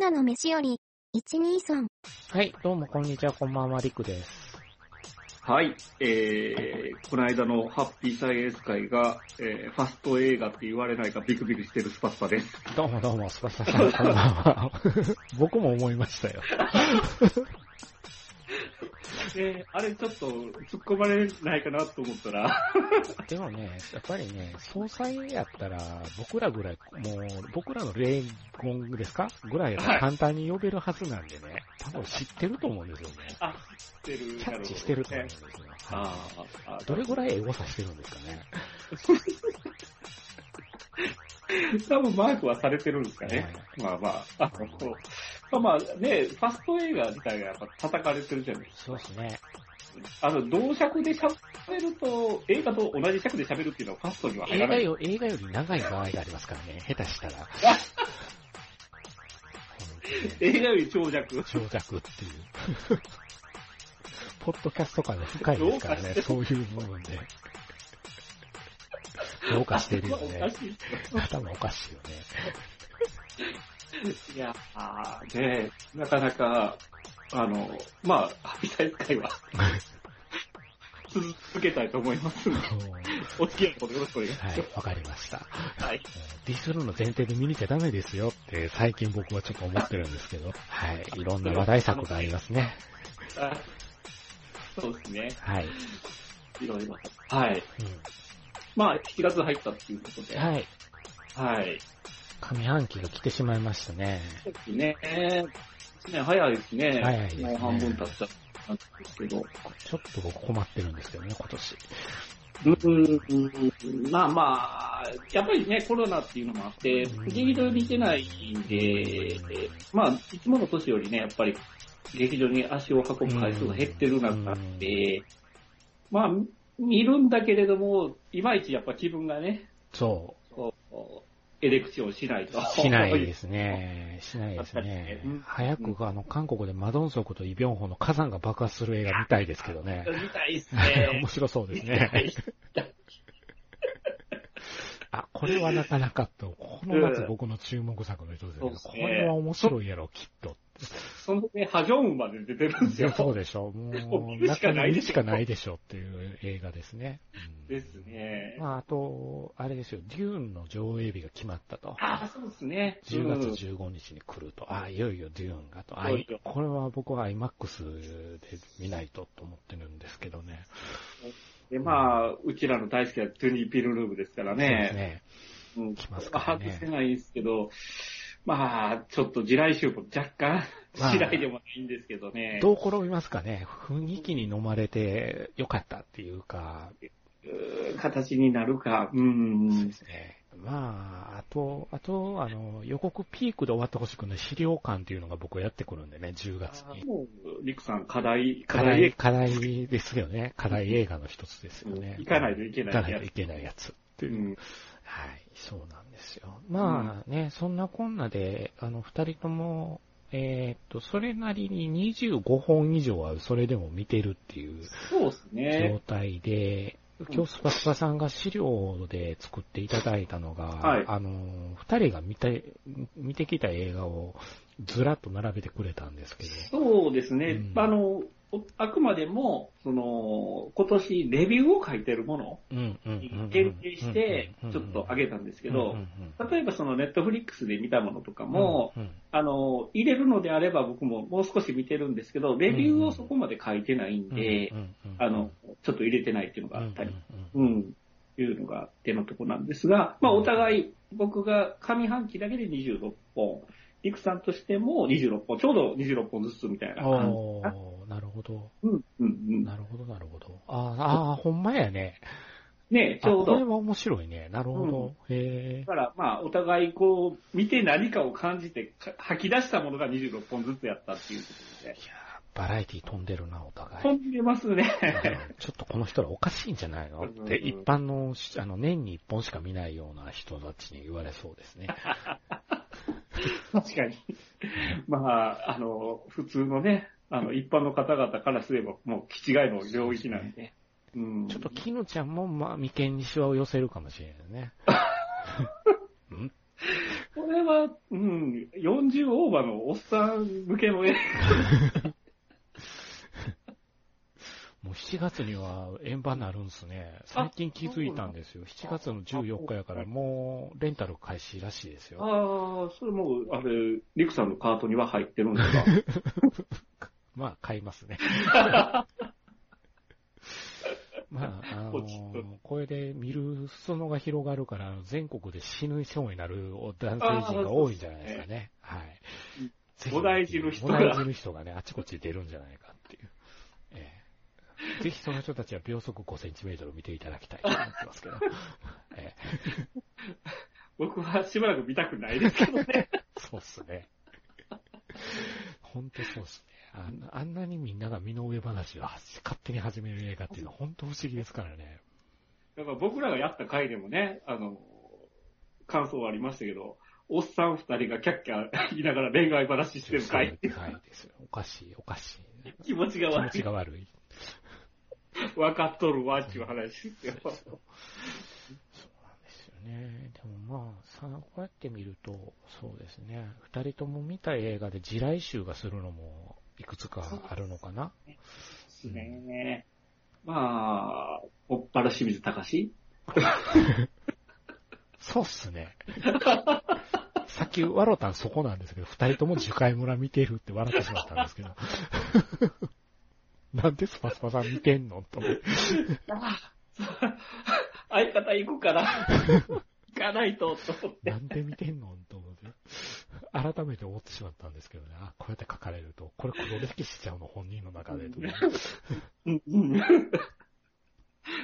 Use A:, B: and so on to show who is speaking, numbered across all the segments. A: 夜の飯より、123。
B: はい、どうもこんにちは、こんばんは、りくです。
C: はい、えー、この間のハッピーサイエンス会が、えー、ファスト映画って言われないかビクビクしてるスパスパです。
B: どうもどうも、すばささん、こんばんは。 僕も思いましたよ。
C: えー、あれちょっと突っ込まれないかなと思ったら、
B: でもね、やっぱりね、総裁やったら、僕らぐらい、もう、僕らの霊言ですかぐらいは簡単に呼べるはずなんでね、多分知ってると思うんですよね。
C: あ、知ってる。
B: キャッチしてると思うんですよ。は
C: あーあ
B: い、どれぐら
C: い
B: いエゴさしてるんですかね。
C: 多分マークはされてるんですかね。まあまあ、あそうまあまあね、ファスト映画自体がやっぱ叩かれてるじゃないです
B: そうですね。
C: か。あの、同尺で喋ると、映画と同じ尺で喋るっていうのはファストには入
B: 映
C: らな
B: 画
C: い。
B: よ、映画より長い場合がありますからね、下手 したら。本当に
C: 映画より長尺。
B: 長尺っていう。ポッドキャスト界は深いですからね、そういう部分で。どうかしてるよ
C: まあお
B: ね
C: か。しい
B: 頭おかしいよね。
C: いやー、ねなかなか、あの、まあ、ハピタイ会は、続けたいと思いますので、
B: うん
C: お付き合いのほどよろしくお願いしま
B: は
C: す
B: い。、わかりました。
C: はい。
B: ディスルの前提で見に行っちゃダメですよって最近僕はちょっと思ってるんですけど。はい、いろんな話題作がありますね。
C: あそうですね。
B: はい。
C: いろいろ。はい。
B: う
C: まあ、7月入ったっていうことで。
B: ん、はい。
C: はい。
B: 上半期が来てしまいましたね。
C: そうですね。ね早いですね。
B: 早いですね
C: もう半分経っちゃったんですけど。
B: ちょっと僕困ってるんですけどね、今年。
C: うーん、まあまあ、やっぱりね、コロナっていうのもあって、劇場に行けないんで、まあ、いつもの年よりね、やっぱり劇場に足を運ぶ回数が減ってる中で、まあ、見るんだけれども、いまいちやっぱ気分がね、
B: そう。
C: こうエレクションしないと。
B: しないです ね。しないですね
C: うん。
B: 早く、あの、韓国でマドンソクとイ・ビョンホの火山が爆発する映画見たいですけどね。
C: 見たいっすね
B: 面。白そうです
C: 見た い
B: ね。あ、これはなかなかと。この夏僕の注目作の一つですけど、
C: うんそう
B: こ
C: ですね
B: れは面白いやろ、きっと。
C: そのね、ハジョンウンまで出てるんですよ。
B: そうでしょ。も
C: もう
B: う、
C: 見るしかない
B: 見るしかないでしょっていう映画ですね。うん
C: です。ね。
B: まあ、あと、あれですよ、デューンの上映日が決まったと。
C: ああ、そうですね。
B: 10
C: うん
B: 月15日に来ると、ああ、いよいよデューンがと、あ
C: いよいよ
B: これは僕は IMAX で見ないとと思ってるんですけどね。
C: で、まあ、うちらの大好きなトゥニーピルルームですから
B: そうです
C: ね。
B: ね。
C: うん
B: 来ますからね
C: 外せないんですけど、まあ、ちょっと地雷集も若干、
B: まあ
C: 地雷でもないんですけどね。
B: どう転びますかね雰囲気に飲まれてよかったっていうか、
C: うー形になるか。うん。
B: そうですね。まあ、あと、あと、あの、予告ピークで終わってほしくない資料館っていうのが僕やってくるんでね、10月に。
C: もう、リクさん、課題、課
B: 課
C: 題
B: 題、
C: へ
B: 課題ですよね。課題映画の一つですよね。
C: 行かないといけ
B: 行
C: ない
B: か
C: やつ
B: ないといけないやつって
C: う
B: いう。
C: ん。
B: はい、そうなんですよ。まあね、そんなこんなで、あの、二人とも、えーっと、それなりに25本以上はそれでも見てるっていう
C: そうです
B: 状
C: ね。
B: 態で、今日スパスパさんが資料で作っていただいたのが、
C: はい
B: あの、二人が見て、見てきた映画をずらっと並べてくれたんですけど、
C: そうですね。
B: うん
C: あの、おあくまでも、その、今年レビューを書いてるもの
B: うんうんうんうん
C: に限定して、ちょっと上げたんですけど、例えばそのネットフリックスで見たものとかも、、
B: うんうんうん
C: あの、入れるのであれば僕ももう少し見てるんですけど、レビューをそこまで書いてないんで
B: う、んうんうん
C: あの、ちょっと入れてないっていうのがあったり、
B: うんうん
C: うん、いうのがあってのとこなんですが、まあお互い僕が上半期だけで26本、リクさんとしても26本、ちょうど26本ずつみたいな感じ。
B: おーなるほど。
C: うん、うん、うん。
B: なるほど、なるほど。あーあー、ほんまやね。
C: ね、ち
B: あ
C: ょう
B: こ
C: ど
B: れ。は面白いね。なるほど。
C: うん
B: へえ
C: だ。から、まあ、お互いこう、見て何かを感じてか吐き出したものが26本ずつやったっていうことで。
B: バラエティ飛んでるな、お互い。
C: 飛んでますね。
B: ちょっとこの人らおかしいんじゃないの
C: うんうんうん
B: って、一般のし、あの、年に一本しか見ないような人たちに言われそうですね。
C: 確かに。まあ、あの、普通のね、あの、一般の方々からすれば、もう、気違いの領域なんで。うん。
B: ちょっと、きのちゃんも、まあ、眉間にシワを寄せるかもしれないね。んっ
C: これは、うん、40オーバーのおっさん向けの映
B: もう7月には円盤になるんですね。最近気づいたんですよ。7月の14日やからもうレンタル開始らしいです
C: 画。
B: よ。
C: ああ、それもう、あれ、リクさんのカートには入ってる んですか
B: まあ買います ね。まあ、あの
C: ポチッと
B: これで見る裾野が広がるから、全国で死ぬそうになる男性陣が多いんじゃないですかね。はい。ぜひ
C: 菩提寺の人
B: 菩
C: が
B: 提寺の人がね、あちこちで出るんじゃないかっていう。ええぜひその人たちは秒速5センチメートル見ていただきたいと思ってますけど。ええ
C: 僕はしばらく見たくないですけどね。
B: そうっすね。本当そうっすね。あんなあんなにみんなが身の上話を勝手に始める映画っていうのは本当不思議ですからね。
C: だから僕らがやった回でもね、あの、感想はありましたけど、おっさん二人がキャッキャ言いながら恋愛話してる回って
B: はいですよ。おかしい、おかしい。
C: 気持ちが
B: 気持
C: 悪
B: ち
C: い。
B: が悪い。
C: 分かっとるわっていう話ですよ。
B: そうなんですよね。でもまあ、さこうやって見ると、そうですね。二人とも見た映画で地雷集がするのも、いくつかあるのかな
C: ですね。まあ、おっぱら清水隆
B: そうっすね。さっき笑ったんそこなんですけど、二人とも樹海村見てるって笑ってしまったんですけど。 なんでスパスパさん見てんのと思って。
C: 相方行くから、行かないと、と思って。
B: なんで見てんのと思って。改めて思ってしまったんですけどね。あ、こうやって書かれると、これ黒歴史ちゃうの本人の中でと思って。
C: うんうん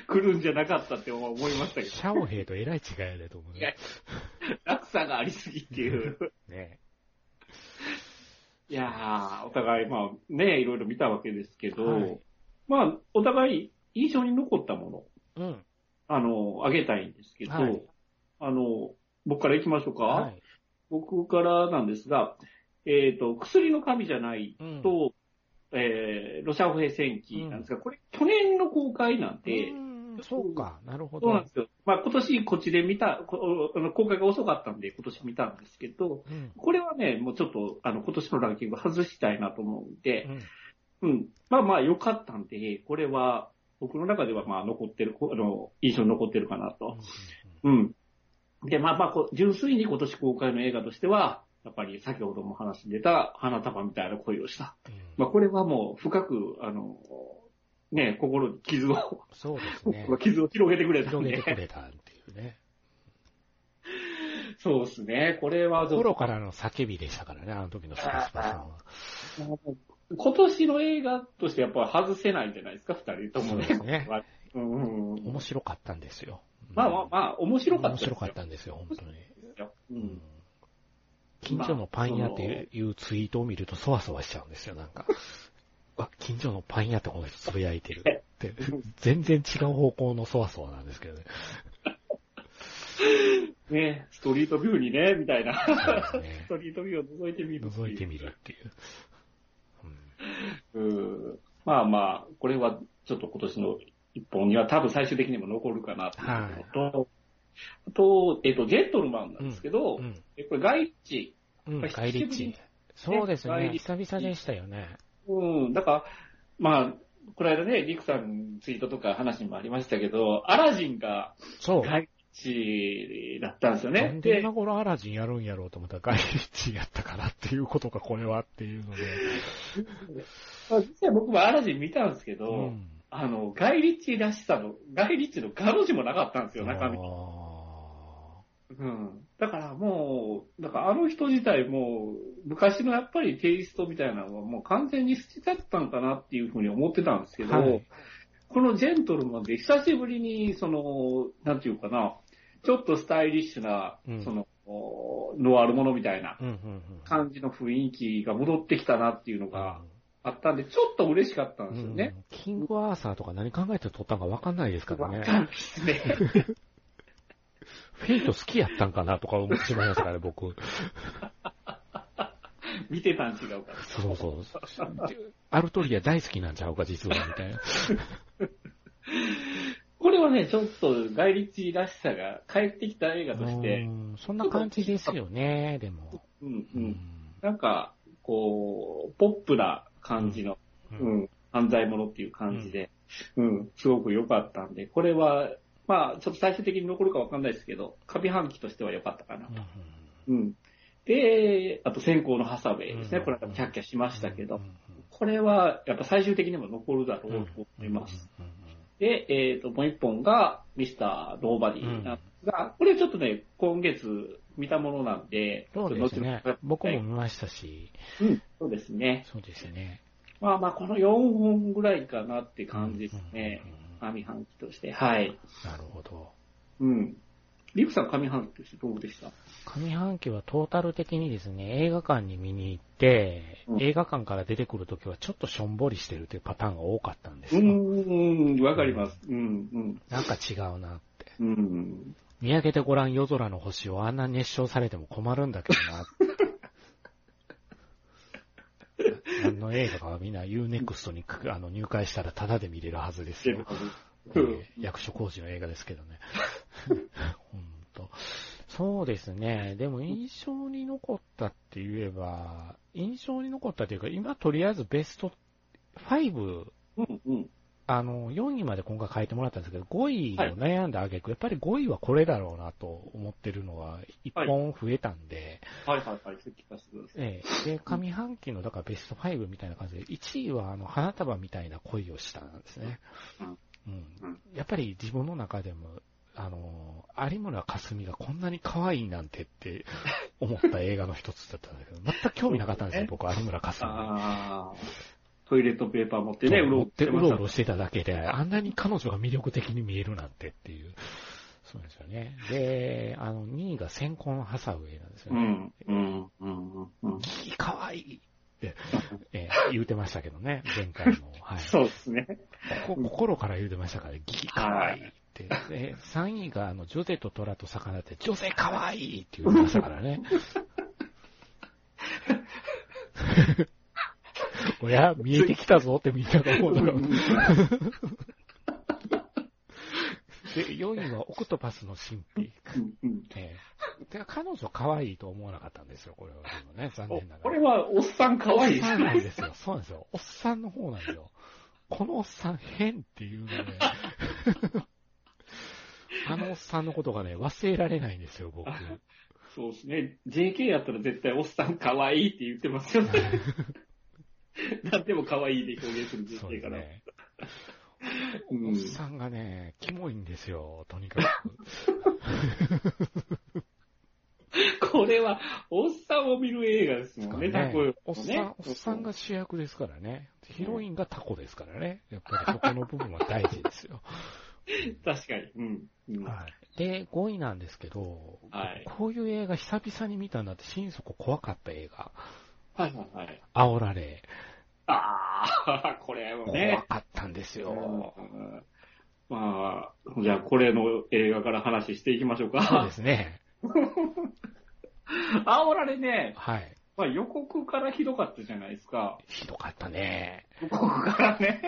C: 来るんじゃなかったって思いましたけど
B: シ、ャオヘイとえらい違いやでと思うね。
C: 落差がありすぎって いう。
B: ね
C: いやー、お互い、まあね、いろいろ見たわけですけど、
B: はい
C: まあ、お互い印象に残ったも
B: う
C: の、
B: ん。
C: あの、あげたいんですけど、
B: はい
C: あの、僕から行きましょうか。
B: はい。
C: 僕からなんですが、えっ、と、薬の神じゃない
B: うん
C: と、えー、ロシア歩兵戦記なんですが、これ去年の公開なんで、
B: うんそうか、なるほど。
C: そうなんですよ。まあ今年こっちで見た、こあの公開が遅かったんで今年見たんですけど、
B: うん
C: これはね、もうちょっとあの今年のランキング外したいなと思うんで、
B: うん
C: うん。まあまあ良かったんで、これは僕の中ではまあ残ってる、こあの、印象に残ってるかなと。うん。で、まあまあこう、純粋に今年公開の映画としては、やっぱり先ほども話に出た花束みたいな恋をした。まあこれはもう深く、あの、ね、心に傷を、
B: そうですね
C: 僕。は 傷を広げてくれたん
B: 広げてく
C: で。
B: れたっていうね。
C: そうですね。これはちょっと
B: 心からの叫びでしたからね、あの時のスパスパさんは。
C: 今年の映画としてやっぱ外せないんじゃないですか、二人とも
B: そうですね。
C: うんうんうん
B: 面白かったんですよ。
C: まあまあまあ、面白かった
B: 面
C: ですよ。
B: 白かったんですよ、本当に。
C: ですよ。う
B: うんん。近所のパン屋っていうツイートを見るとそわそわしちゃうんですよ、なん か。あ、近所のパン屋ってこの人つぶやいてるって。全然違う方向のそわそわなんですけどね。
C: ね、ストリートビューにね、みたいな。
B: そうですね
C: ス。トリートビューを覗いてみる
B: 覗いてみるっていう。うん
C: うん。まあまあ、これはちょっと今年の一本には多分最終的にも残るかなっていうのと、あと、えっ、と、ジェントルマンなんですけど、
B: うん。
C: えこれ外地。
B: うん、
C: 久し
B: 帰
C: ぶり
B: り
C: に
B: 地。そうですね。
C: ね
B: 久々でしたよね。
C: うん、だから、まあ、この間ね、リクさんのツイートとか話にもありましたけど、アラジンが
B: そう。
C: 外地だったんですよ
B: な
C: ね
B: ん。で今頃アラジンやるんやろうと思ったら外地やったからっていうことか、これはっていうので。
C: まあ実際僕もアラジン見たんですけど、
B: うん。
C: あの、ガイリッチーらしさの、ガイリッチーのガロジもなかったんですよ、中身。うん。だからもう、だからあの人自体もう、昔のやっぱりテイストみたいなのはもう完全に捨てちゃったのかなっていうふうに思ってたんですけど、
B: はい
C: このジェントルマンで久しぶりに、その、なんていうかな、ちょっとスタイリッシュな、
B: うん
C: その、おノワールものみたいな
B: あーうんうんうん。
C: 感じの雰囲気が戻ってきたなっていうのがあったんで、ちょっと嬉しかったんですよね。
B: うんキングアーサーとか何考えて撮ったんか分かんないですから
C: わかん
B: ね。
C: ないですね。
B: フェイト好きやったんかなとか思ってしまいましたからね、僕。
C: 見てたん違うから。
B: そうそう。アルトリア大好きなんちゃうか、実は、みたいな。
C: これはね、ちょっと外立らしさが帰ってきた映画として、
B: うんそんな感じですよね、でも。
C: うんう
B: うん
C: ん。なんか、こう、ポップな感じの、
B: う
C: うんん、犯罪者っていう感じで、うん、すごく良かったんで、これは、まあ、ちょっと最終的に残るかわかんないですけど、上半期としては良かったかな。うん。で、あと先行のハサウェイですね。
B: うん
C: これはキャッキャしましたけど、
B: うん
C: これはやっぱ最終的にも残るだろうと思います。。で、えっ、と、もう一本がミスター・ローバディなんですが、これちょっとね、今月見たものなんで、
B: そうですね
C: ちょっと後ほど。
B: 僕も見ましたし、
C: うん、そうですね。
B: そうですね。
C: まあまあ、この4本ぐらいかなって感じですね
B: うん。うんうん
C: 上半期として。はい。
B: なるほど。
C: うん。リクさん上半期としてどうでした
B: 上半期はトータル的にですね、映画館に見に行って、
C: うん
B: 映画館から出てくるときはちょっとしょんぼりしてるというパターンが多かったんですよ。
C: うん、わかります。うん、うん。
B: なんか違うなって。
C: うん。
B: 見上げてごらん夜空の星をあんな熱唱されても困るんだけど な。何の映画かはみんな UNEXT にくあの入会したらタダで見れるはずですよ。え
C: うん
B: ー役所工事の映画ですけどね。ほんと。そうですね。でも印象に残ったって言えば、印象に残ったというか、今とりあえずベスト5、
C: うん、うん。
B: あの、4位まで今回書いてもらったんですけど、5位を悩んだあげく、やっぱり5位はこれだろうなと思ってるのは、1本増えたんで、
C: はいはいはい、席貸してください。
B: ええで、上半期の、だからベスト5みたいな感じで、1位は、あの、花束みたいな恋をしたんですね。うん。やっぱり自分の中でも、あの、有村架純がこんなに可愛いなんてって思った映画の一つだったん だけど、全く興味なかったんですよ、僕、有村架純に。
C: ああ、トイレットペーパー持ってね、うろ
B: 持
C: うろ
B: っ
C: してて
B: う
C: ま
B: ろ
C: した
B: うろしてただけで、あんなに彼女が魅力的に見えるなんてっていう。そうですよね。で、あの、2位が先行のハサウェイなんですよ
C: う
B: ね。
C: ん、うん、うん、うんうん。
B: いいかわいいって、えー言うてましたけどね、前回も。はい。
C: そうですね。
B: こ心から言うてましたから、ギギかわいいって。で、3位が、あの、ジョゼと虎と魚って、ジョゼかわいいって言うてましたからね。おや、見えてきたぞってみんなが思う のがで、4位はオクトパスの神秘。
C: うんうん
B: ええてか彼女可愛いと思わなかったんですよ、これは。でもね、残
C: お
B: 念ながら。
C: これはおっさん可
B: 可
C: 愛
B: 愛
C: い
B: いなん
C: ですね。
B: ですよ。そうなんですよ。おっさんの方なんですよ。このおっさん変っていうのね。 あのおっさんのことがね、忘れられないんですよ、 僕。
C: そうですね。JK やったら絶対おっさん可愛いって言ってますよね。 何でも可愛いで表現する
B: そうで
C: JK
B: す
C: から。
B: ね。
C: う
B: おっ
C: ん
B: さんがね、キモいんですよ、とにかく。
C: これは、おっさんを見る映画ですもんね、タコより
B: おっ
C: も
B: さ
C: ね
B: ん、おっさんが主役ですからね。ヒロインがタコですからね。やっぱりそこの部分は大事ですよ。
C: 確かに。うん。 うん
B: はい。で、5位なんですけど、
C: はい
B: こういう映画久々に見たんだって、心底怖かった映画。
C: はいはいはい。
B: 煽られ。
C: ああ、 これもね
B: 怖。かったんですよ。
C: うんまあ、じゃあこれの映画から話していきましょう
B: そう
C: か
B: で。 すね。
C: あおられね、
B: はい。
C: まあ、予告からひどかったじゃないですか。
B: ひどかったね。
C: 予告からね。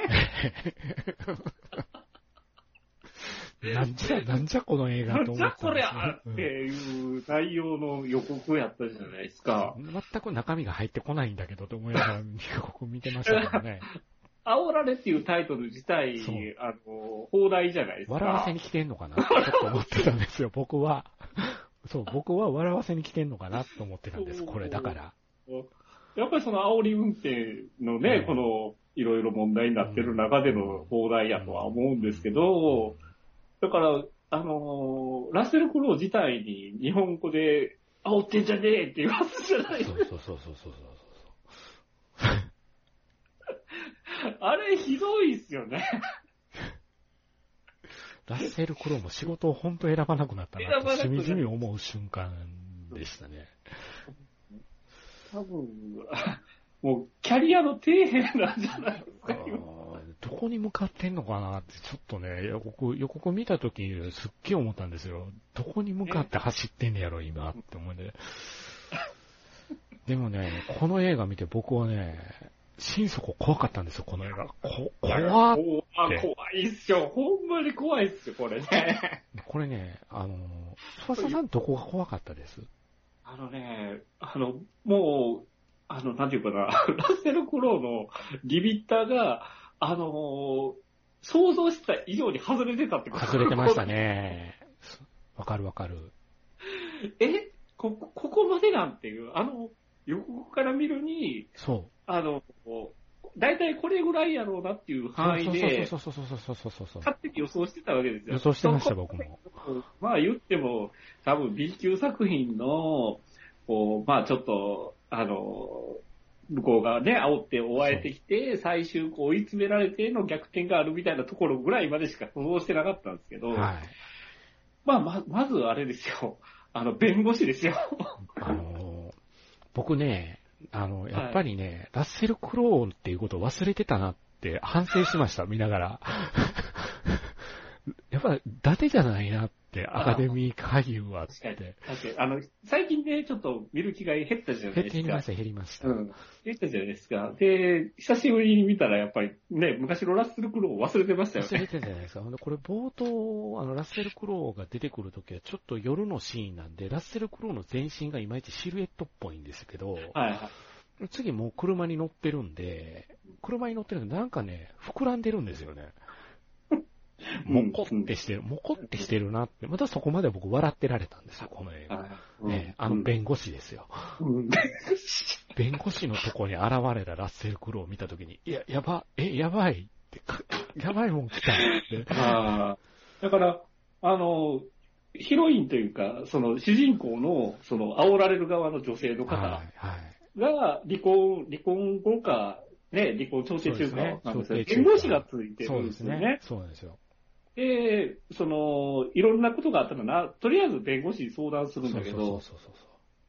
B: なんじゃ、なんじゃこの映画
C: な
B: と
C: ん
B: 思
C: じゃ
B: って
C: こ
B: たんで
C: れ
B: すよ
C: ゃっていう内容の予告やったじゃないですか。
B: うん全く中身が入ってこないんだけどと思いながら、ここ見てましたけど ね。
C: 煽られっていうタイトル自体
B: そう、
C: あの、放題じゃないですか。
B: 笑わせに来てんのかなってちょっと思ってたんですよ、僕は。そう、僕は笑わせに来てんのかなと思ってたんです、これだから。
C: やっぱりその煽り運転のね、
B: うん
C: この、いろいろ問題になってる中での放題やとは思うんですけど、だから、あのーラッセル・クロー自体に日本語で、煽ってんじゃねえって言わずじゃない
B: そうそうそうそうそうそう。
C: あれひどいっすよね。
B: ラッセル・クロウも仕事を本当選ばなくなったな
C: 選ば
B: と、
C: なくな
B: し
C: る
B: みじみ思う瞬間でしたね。
C: 多分、もうキャリアの底辺なんじゃないです
B: あ
C: か、
B: ー
C: 今
B: どこに向かってんのかなって、ちょっとね、予告、予告見たときすっげえ思ったんですよ。どこに向かって走ってんねやろ、今、って思うんで。でもね、この映画見て僕はね、心底怖かったんですよ、この映画。こ、怖っ
C: 怖い、怖いっしょ。ほんまに怖いっすよ、こ れね。
B: これね、あの、翼さんどこが怖かったです
C: あのね、あの、もう、あの、なんていうかな、 ラッセル・クローのリビッターが、あのー想像してた以上に外れてたってこと
B: 外れてました。ね。わかるわかる。
C: えここ、ここまでなんていう、あの、横から見るに、
B: そ
C: あの、だいたいこれぐらいやろうなっていう
B: う。
C: 範囲で、
B: そうそうそうそうそうそうそうそう。
C: 勝手に予想してたわけですよ。
B: 予想してました、僕も。
C: まあ言っても、多分 B 級作品の、こう、まあちょっと、あの、向こうがね、煽って追われてきて、最終こう追い詰められての逆転があるみたいなところぐらいまでしか想像してなかったんですけど、
B: はい。
C: まあま、まずあれですよ。あの、弁護士ですよ。
B: あの、僕ね、あの、やっぱりね、ラッセル・クローっていうことを忘れてたなって反省しました、見ながら。 やっぱ、伊達じゃないなって、アカデミー俳優はっ
C: 確かに
B: て。。
C: だって、 あの、最近ね、ちょっと見る気が減ったじゃない
B: 減
C: で
B: り
C: す
B: ま
C: か
B: し。た、減りました。
C: うん。減ったじゃないですか。で、久しぶりに見たらやっぱりね、昔のラッセル・クローを忘れてましたよ
B: 忘
C: ね。
B: れてたじゃないですか。ほんで、これ冒頭、あの、ラッセル・クローが出てくるときは、ちょっと夜のシーンなんで、ラッセル・クローの全身がいまいちシルエットっぽいんですけど、
C: はいはい。
B: 次もう車に乗ってるんで、車に乗ってるんで、なんかね、膨らんでるんですよ ね。
C: う
B: も
C: ん
B: こってしてる、もこってしてるなって、またそこまで僕笑ってられたんですよ、この映画。
C: はい
B: ね、あの、弁護士ですよ。
C: うん
B: 弁護士のとこに現れたラッセル・クローを見たときに、いや、やば、え、やばいって、 かやばいもん来たっ て。
C: あーだから、あの、ヒロインというか、その主人公の、その煽られる側の女性の方が
B: はい、はい。
C: 離婚、離婚後か、ね、離婚調停中かなんです
B: そう
C: よ、
B: ですね
C: 弁護士がついて
B: そ
C: る
B: うんで
C: ですすよ
B: ね
C: ね。。
B: そうなんですよ。
C: で、その、いろんなことがあったらな、とりあえず弁護士に相談す
B: そう
C: るん
B: そ
C: だ
B: う
C: け
B: そう
C: ど、
B: そうそう。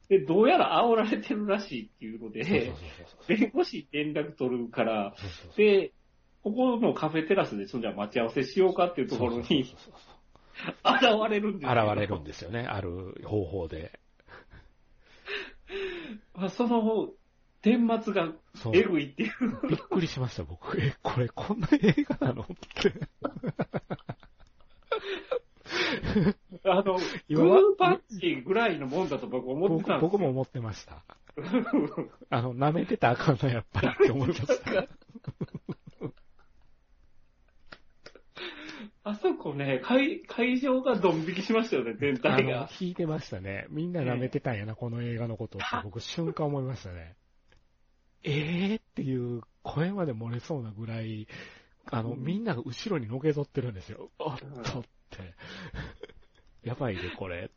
C: で、どうやら煽られてるらしいっていうの
B: そうそう
C: で、
B: そうそう
C: 弁護士に連絡取るから、
B: そうそうそう
C: で、ここのカフェテラスで、そんじゃ待ち合わせしようかっていうところに、
B: そうそうそうそう
C: 現れるんですよ
B: 現れるんですよね、ある方法で。
C: まあその、顛末が
B: そう。
C: エグいっていう。
B: びっくりしました、僕。え、これ、こんな映画なのって。
C: あの、グ
B: 今
C: ーパッチぐらいのもんだと僕思って
B: 僕
C: たんです
B: 僕も
C: よ。
B: 思ってました。
C: 僕も。
B: あの、舐めてたらあかんな、やっぱりって思いました。
C: あそこね、会、会場がドン引きしましたよね、全
B: あ
C: 体
B: の
C: が。、
B: 引いてましたね。みんな舐めてたんやな、この映画のことって、僕、瞬間思いましたね。えーっていう声まで漏れそうなぐらい、あの、
C: うん
B: みんなが後ろにのけぞってるんですよ。おっと って。やばいで、これ。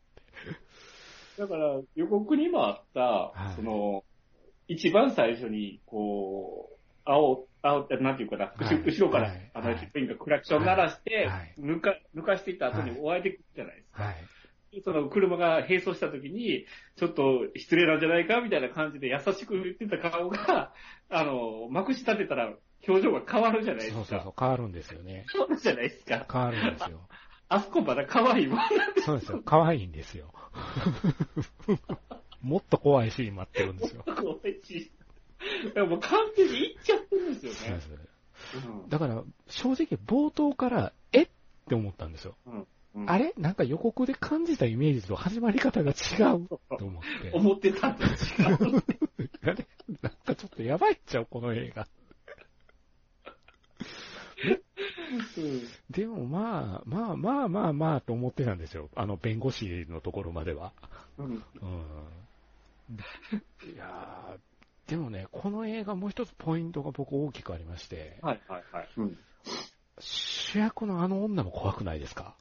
C: だから、予告にもあった
B: はい、
C: その、一番最初に、こう、青、青、なんていうかな、
B: はい
C: 後ろから
B: はい、
C: あ
B: は
C: の、
B: い
C: ヒップインがクラクション鳴らして
B: はい、
C: 抜か、抜かしていった後に
B: はい
C: 追われてくるじゃないですか。
B: はい。
C: その車が並走した時に、ちょっと失礼なんじゃないかみたいな感じで優しく言ってた顔が、あの、まくし立てたら表情が変わるじゃないです
B: そ
C: か。
B: うそうそう、変わるんですよね。
C: 変わるじゃないですか。
B: 変わるんですよ。
C: あそこまだ可愛いもんなんです
B: そうですよ。可愛いんです よ。もっと怖いシーン待ってるんですよ。
C: よ。可愛いし。でももう完全にいっちゃってるんです
B: そう
C: よ
B: で
C: ね。
B: す
C: うん
B: だから、正直冒頭から、えって思ったんですよ。
C: うん
B: あれなんか予告で感じたイメージと始まり方が違うと思って。
C: 思ってたんと違う。
B: あれなんかちょっとやばいっちゃう、この映画。でもまあ、まあまあまあまあと思ってたんですよ。あの、弁護士のところまでは。
C: うん
B: うん。いやーでもね、この映画もう一つポイントが僕大きくありまして、
C: はいはいはい。うん
B: 主役のあの女も怖くないですか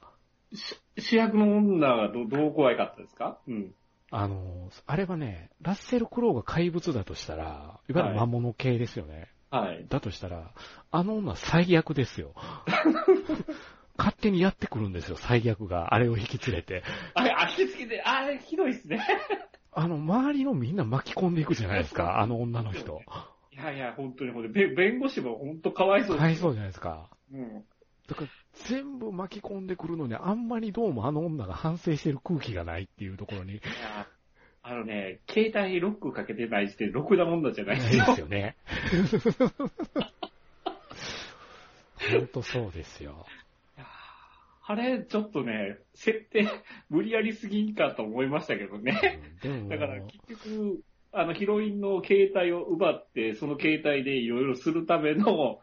C: 主役の女はどどう怖いかったですかうん。
B: あの、あれはね、ラッセル・クロウが怪物だとしたら、いわゆる魔物系ですよね。
C: はい。
B: だとしたら、あの女は最悪ですよ。 勝手にやってくるんですよ、最悪が。あれを引き連れて。
C: あれ、足つけて、あれ、ひどいっすね。
B: あの、周りのみんな巻き込んでいくじゃないですか、あの女の人。
C: いやいや、本当に本当に。べ弁護士も本当かわいそう
B: かわいそうじゃないですか。
C: うん。
B: だから、全部巻き込んでくるのに、あんまりどうもあの女が反省してる空気がないっていうところに、
C: いやあのね、携帯にロックかけてない時点で、 ろくなもんだじゃない
B: な
C: で
B: い
C: す
B: で
C: よ
B: す。よね。本当そうです よ。
C: あれ、ちょっとね、設定、無理やりすぎんかと思いましたけどね。
B: うんで
C: だから
B: も、
C: 結局、あの、ヒロインの携帯を奪って、その携帯でいろいろするための、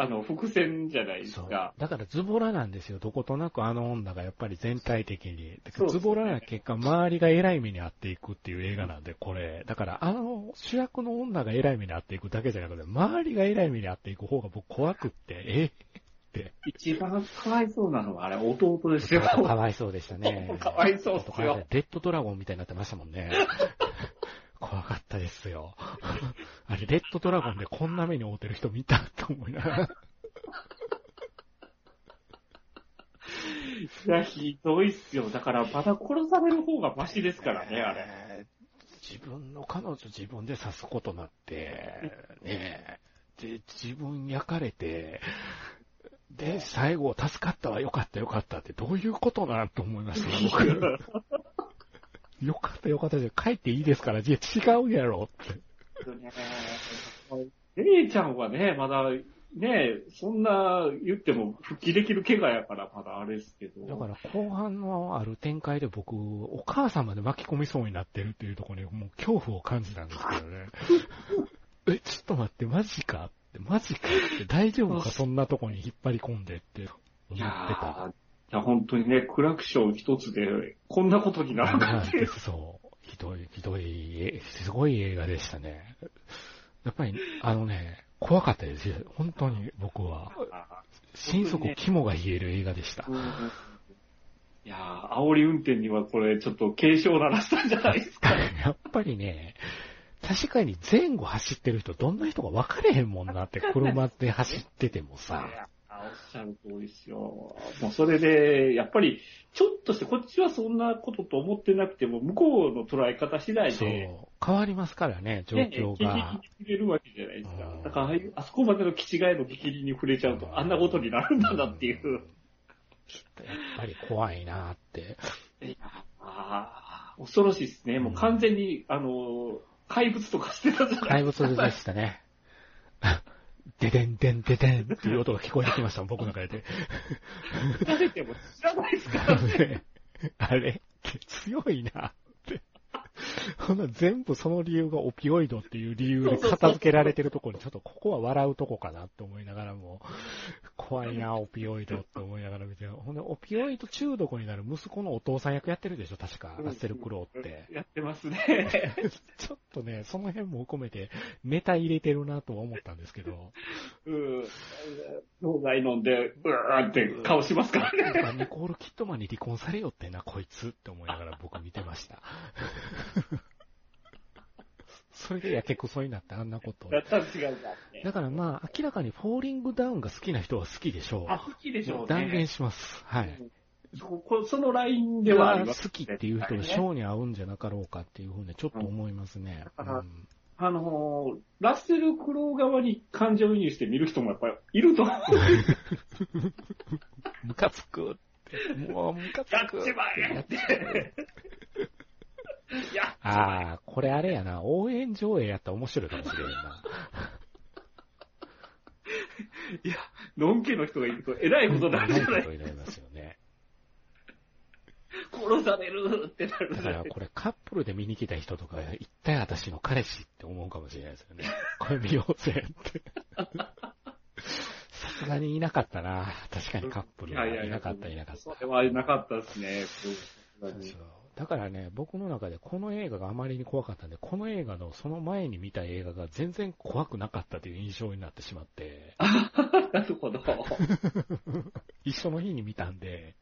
C: あの、伏線じゃないです
B: そう。
C: か。
B: だからズボラなんですよ。どことなくあの女がやっぱり全体的に。だか
C: そう
B: ら
C: です
B: ズ
C: ね
B: ボラな結果、周りが偉い目に遭っていくっていう映画なんで、これ。だからあの主役の女が偉い目に遭っていくだけじゃなくて、周りが偉い目に遭っていく方が僕怖くって、
C: 一番かわいそうなのは、あれ、弟で
B: え
C: すよ。。
B: かわいそうでしたね
C: かわいそうっすよ。
B: レッドドラゴンみたいになってましたもんね。 怖かったですよ。 あれ、レッドドラゴンでこんな目に遭うてる人見たと思いながら。
C: いや、ひどいっすよ。だから、まだ殺される方がマシですからね、あれ。
B: れ。自分の彼女自分で刺すことなって、ねえで、自分焼かれて、で、最後、助かったわ、よかった、よかったって、どういうことなんと思いましたよ、 僕。よかった、よかったじゃ、帰っていいですから、いや違うやろって。
C: 姉ちゃんはね、まだ、ね、そんな言っても復帰できる怪我やから、まだあれですけど。
B: だから、後半のある展開で僕、お母さんまで巻き込みそうになってるっていうところに、もう恐怖を感じたんですけどね。え、ちょっと待って、マジかって、マジかって、大丈夫か、そんなとこに引っ張り込んでって
C: い
B: 思
C: や
B: ってた。
C: ーいや本当にね、クラクション一つで、こんなことになるなんて。
B: そう。ひどい、ひどい、えすごい映画でしたね。やっぱり、あのね、怖かったですよ。本当に僕は。
C: あ
B: 心底肝が冷える映画でした
C: ー。うんいやー煽り運転にはこれ、ちょっと警鐘を鳴らしたんじゃないですか。
B: やっぱりね、確かに前後走ってる人、どんな人か分かれへんもんなって、車で走っててもさ
C: い。やーおっしゃる通りですよ。もうそれで、やっぱり、ちょっとして、こっちはそんなことと思ってなくても、向こうの捉え方次第
B: そ
C: で、
B: う。変わりますからね、状
C: ね、
B: 況が。
C: 激切れるわけじゃないですか
B: うん。
C: だから、ああいうあそこまでの気違いの激切りに触れちゃうと、あんなことになるんだなっていうう。
B: ん。ちょっとやっぱり怖いな って。
C: いや あー恐ろしいですね。もう完全に、あの、怪物とかしてたじゃない
B: 怪物でしたね。 ででんでんででんっていう音が聞こえてきましたもん、僕の中で。
C: ですか。ても知らな いです からね。
B: あれって強いなって。ほんなら全部その理由がオピオイドっていう理由で片付けられてるところに、ちょっとここは笑うとこかなって思いながらも、怖いな、オピオイドって思いながら見て、ほんで、オピオイド中毒になる息子のお父さん役やってるでしょ、確か、ラッセル・クロウって。
C: やってます ね。
B: ちょっとね、その辺も含めて、ネタ入れてるなとは思ったんですけど、
C: うん。脳内飲んで、うわーって顔しますからね。
B: まあニコール・キットマンに離婚されよってな、こいつって思いながら僕見てま した。それでやけくそになってあんなことを
C: だ。ったら違うんだって。
B: だからまあ、明らかにフォーリングダウンが好きな人は好きでしょ
C: あ、好きでしょう
B: う。
C: ね。
B: 断言します。はい。
C: そここそのラインではあります。
B: 好きっていう人がショーに合うんじゃなかろうかっていうふうにちょっと思いますね。
C: う
B: うんん、
C: あのー、ラッセル・クロウ側に感情移入して見る人もやっぱりいると思う。
B: ムカつくって。もうムカつ
C: やっ
B: く。
C: ちまえって。いや、
B: ああ、これあれやな、応援上映やったら面白いかもしれんな。
C: いや、のんけの人がいると偉いことになるじゃない
B: になりますよね。
C: 殺されるってな
B: だ
C: るじゃ
B: か
C: な
B: ら
C: い
B: これカップルで見に来た人とか、一体私の彼氏って思うかもしれないですよ ね。これ見ようぜ って。さすがにいなかったな。確かにカップルはいなかった、いなかった。
C: それはなかったですね。
B: そうそうだからね、僕の中でこの映画があまりに怖かったんで、この映画のその前に見た映画が全然怖くなかったという印象になってしまって、
C: なるほど。
B: 一緒の日に見たんで、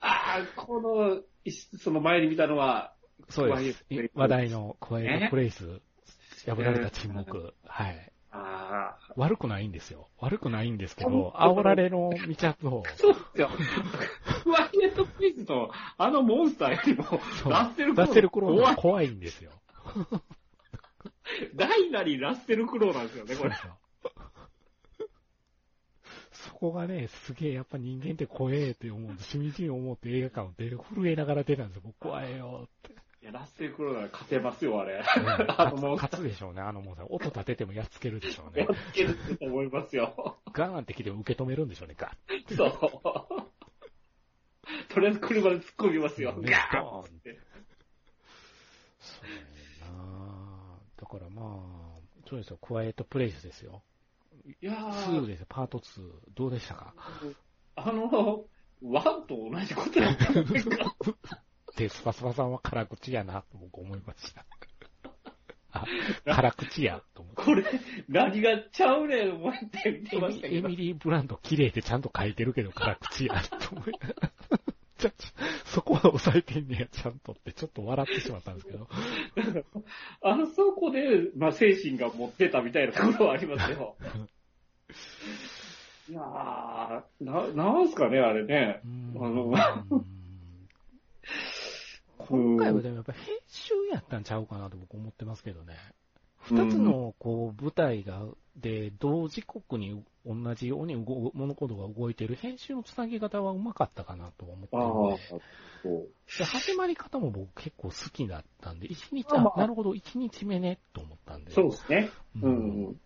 C: ああ、この、いその前に見たのは、
B: そうです。話題のクワイエットプレイス、破られた沈黙。はい。
C: ああ、
B: 悪くないんですよ。悪くないんですけ
C: 本
B: ど、煽
C: 当
B: られの未着を、
C: そうですよ。クワイエットプリズのあのモンスターよりも、
B: う
C: ラッセルクロ
B: 出
C: ウ。
B: せる頃
C: 怖
B: が
C: い。
B: 怖いんですよ。
C: 大なりラッセルクロウなんですよね、こ
B: そう
C: れ。
B: そこがね、すげえ、やっぱ人間って怖えって思う、しみじみ思って映画館を出る、震えながら出たんですよ。僕怖えよって。
C: いやラッセルクローなら勝てますよ、あれ。
B: ね
C: あのもう
B: 勝つでしょうね、あのモンスター。音立ててもやっつけるでしょう
C: や
B: ね
C: っ。つけると思いますよ。
B: ガーンって来ても受け止めるんでしょうね、ガッ
C: そう。とりあえず車で突っ込みますよ。
B: ね
C: ガーンって。
B: そうやなだからまあ、そうですよ、クワイエットプレイスですよ。
C: いや
B: 2
C: ー、
B: ですよ、パート2。どうでしたか
C: あの、ワンと同じことだったんですか
B: で、スパスパさんは辛口やな、と僕思いま した。あ、辛口や、と思って。
C: これ、何がちゃうねん、思って見てました
B: エ
C: けど
B: ミ。リー・ブランド綺麗でちゃんと書いてるけど辛口や、と思いながら。ちゃそこは抑えてんねや、ちゃんとって、ちょっと笑ってしまったんですけ ど。
C: あそこで、まあ、精神が持ってたみたいなところはありま すよ。いやー、な、なんすかね、あれね
B: う。ん
C: あの
B: うん
C: うん
B: 今回はでもやっぱ編集やったんちゃうかなと僕思ってますけどね。
C: うん
B: 二つのこう舞台が、で、同時刻に同じように動物事が動いてる編集のつなぎ方はうまかったかなとは思って
C: ああ
B: るんで、
C: そう。
B: で始まり方も僕結構好きだったんで、一日、
C: まあま
B: あ、
C: あ
B: なるほど、一日目ね、と思ったんで。
C: そうですね。
B: う。
C: うんん。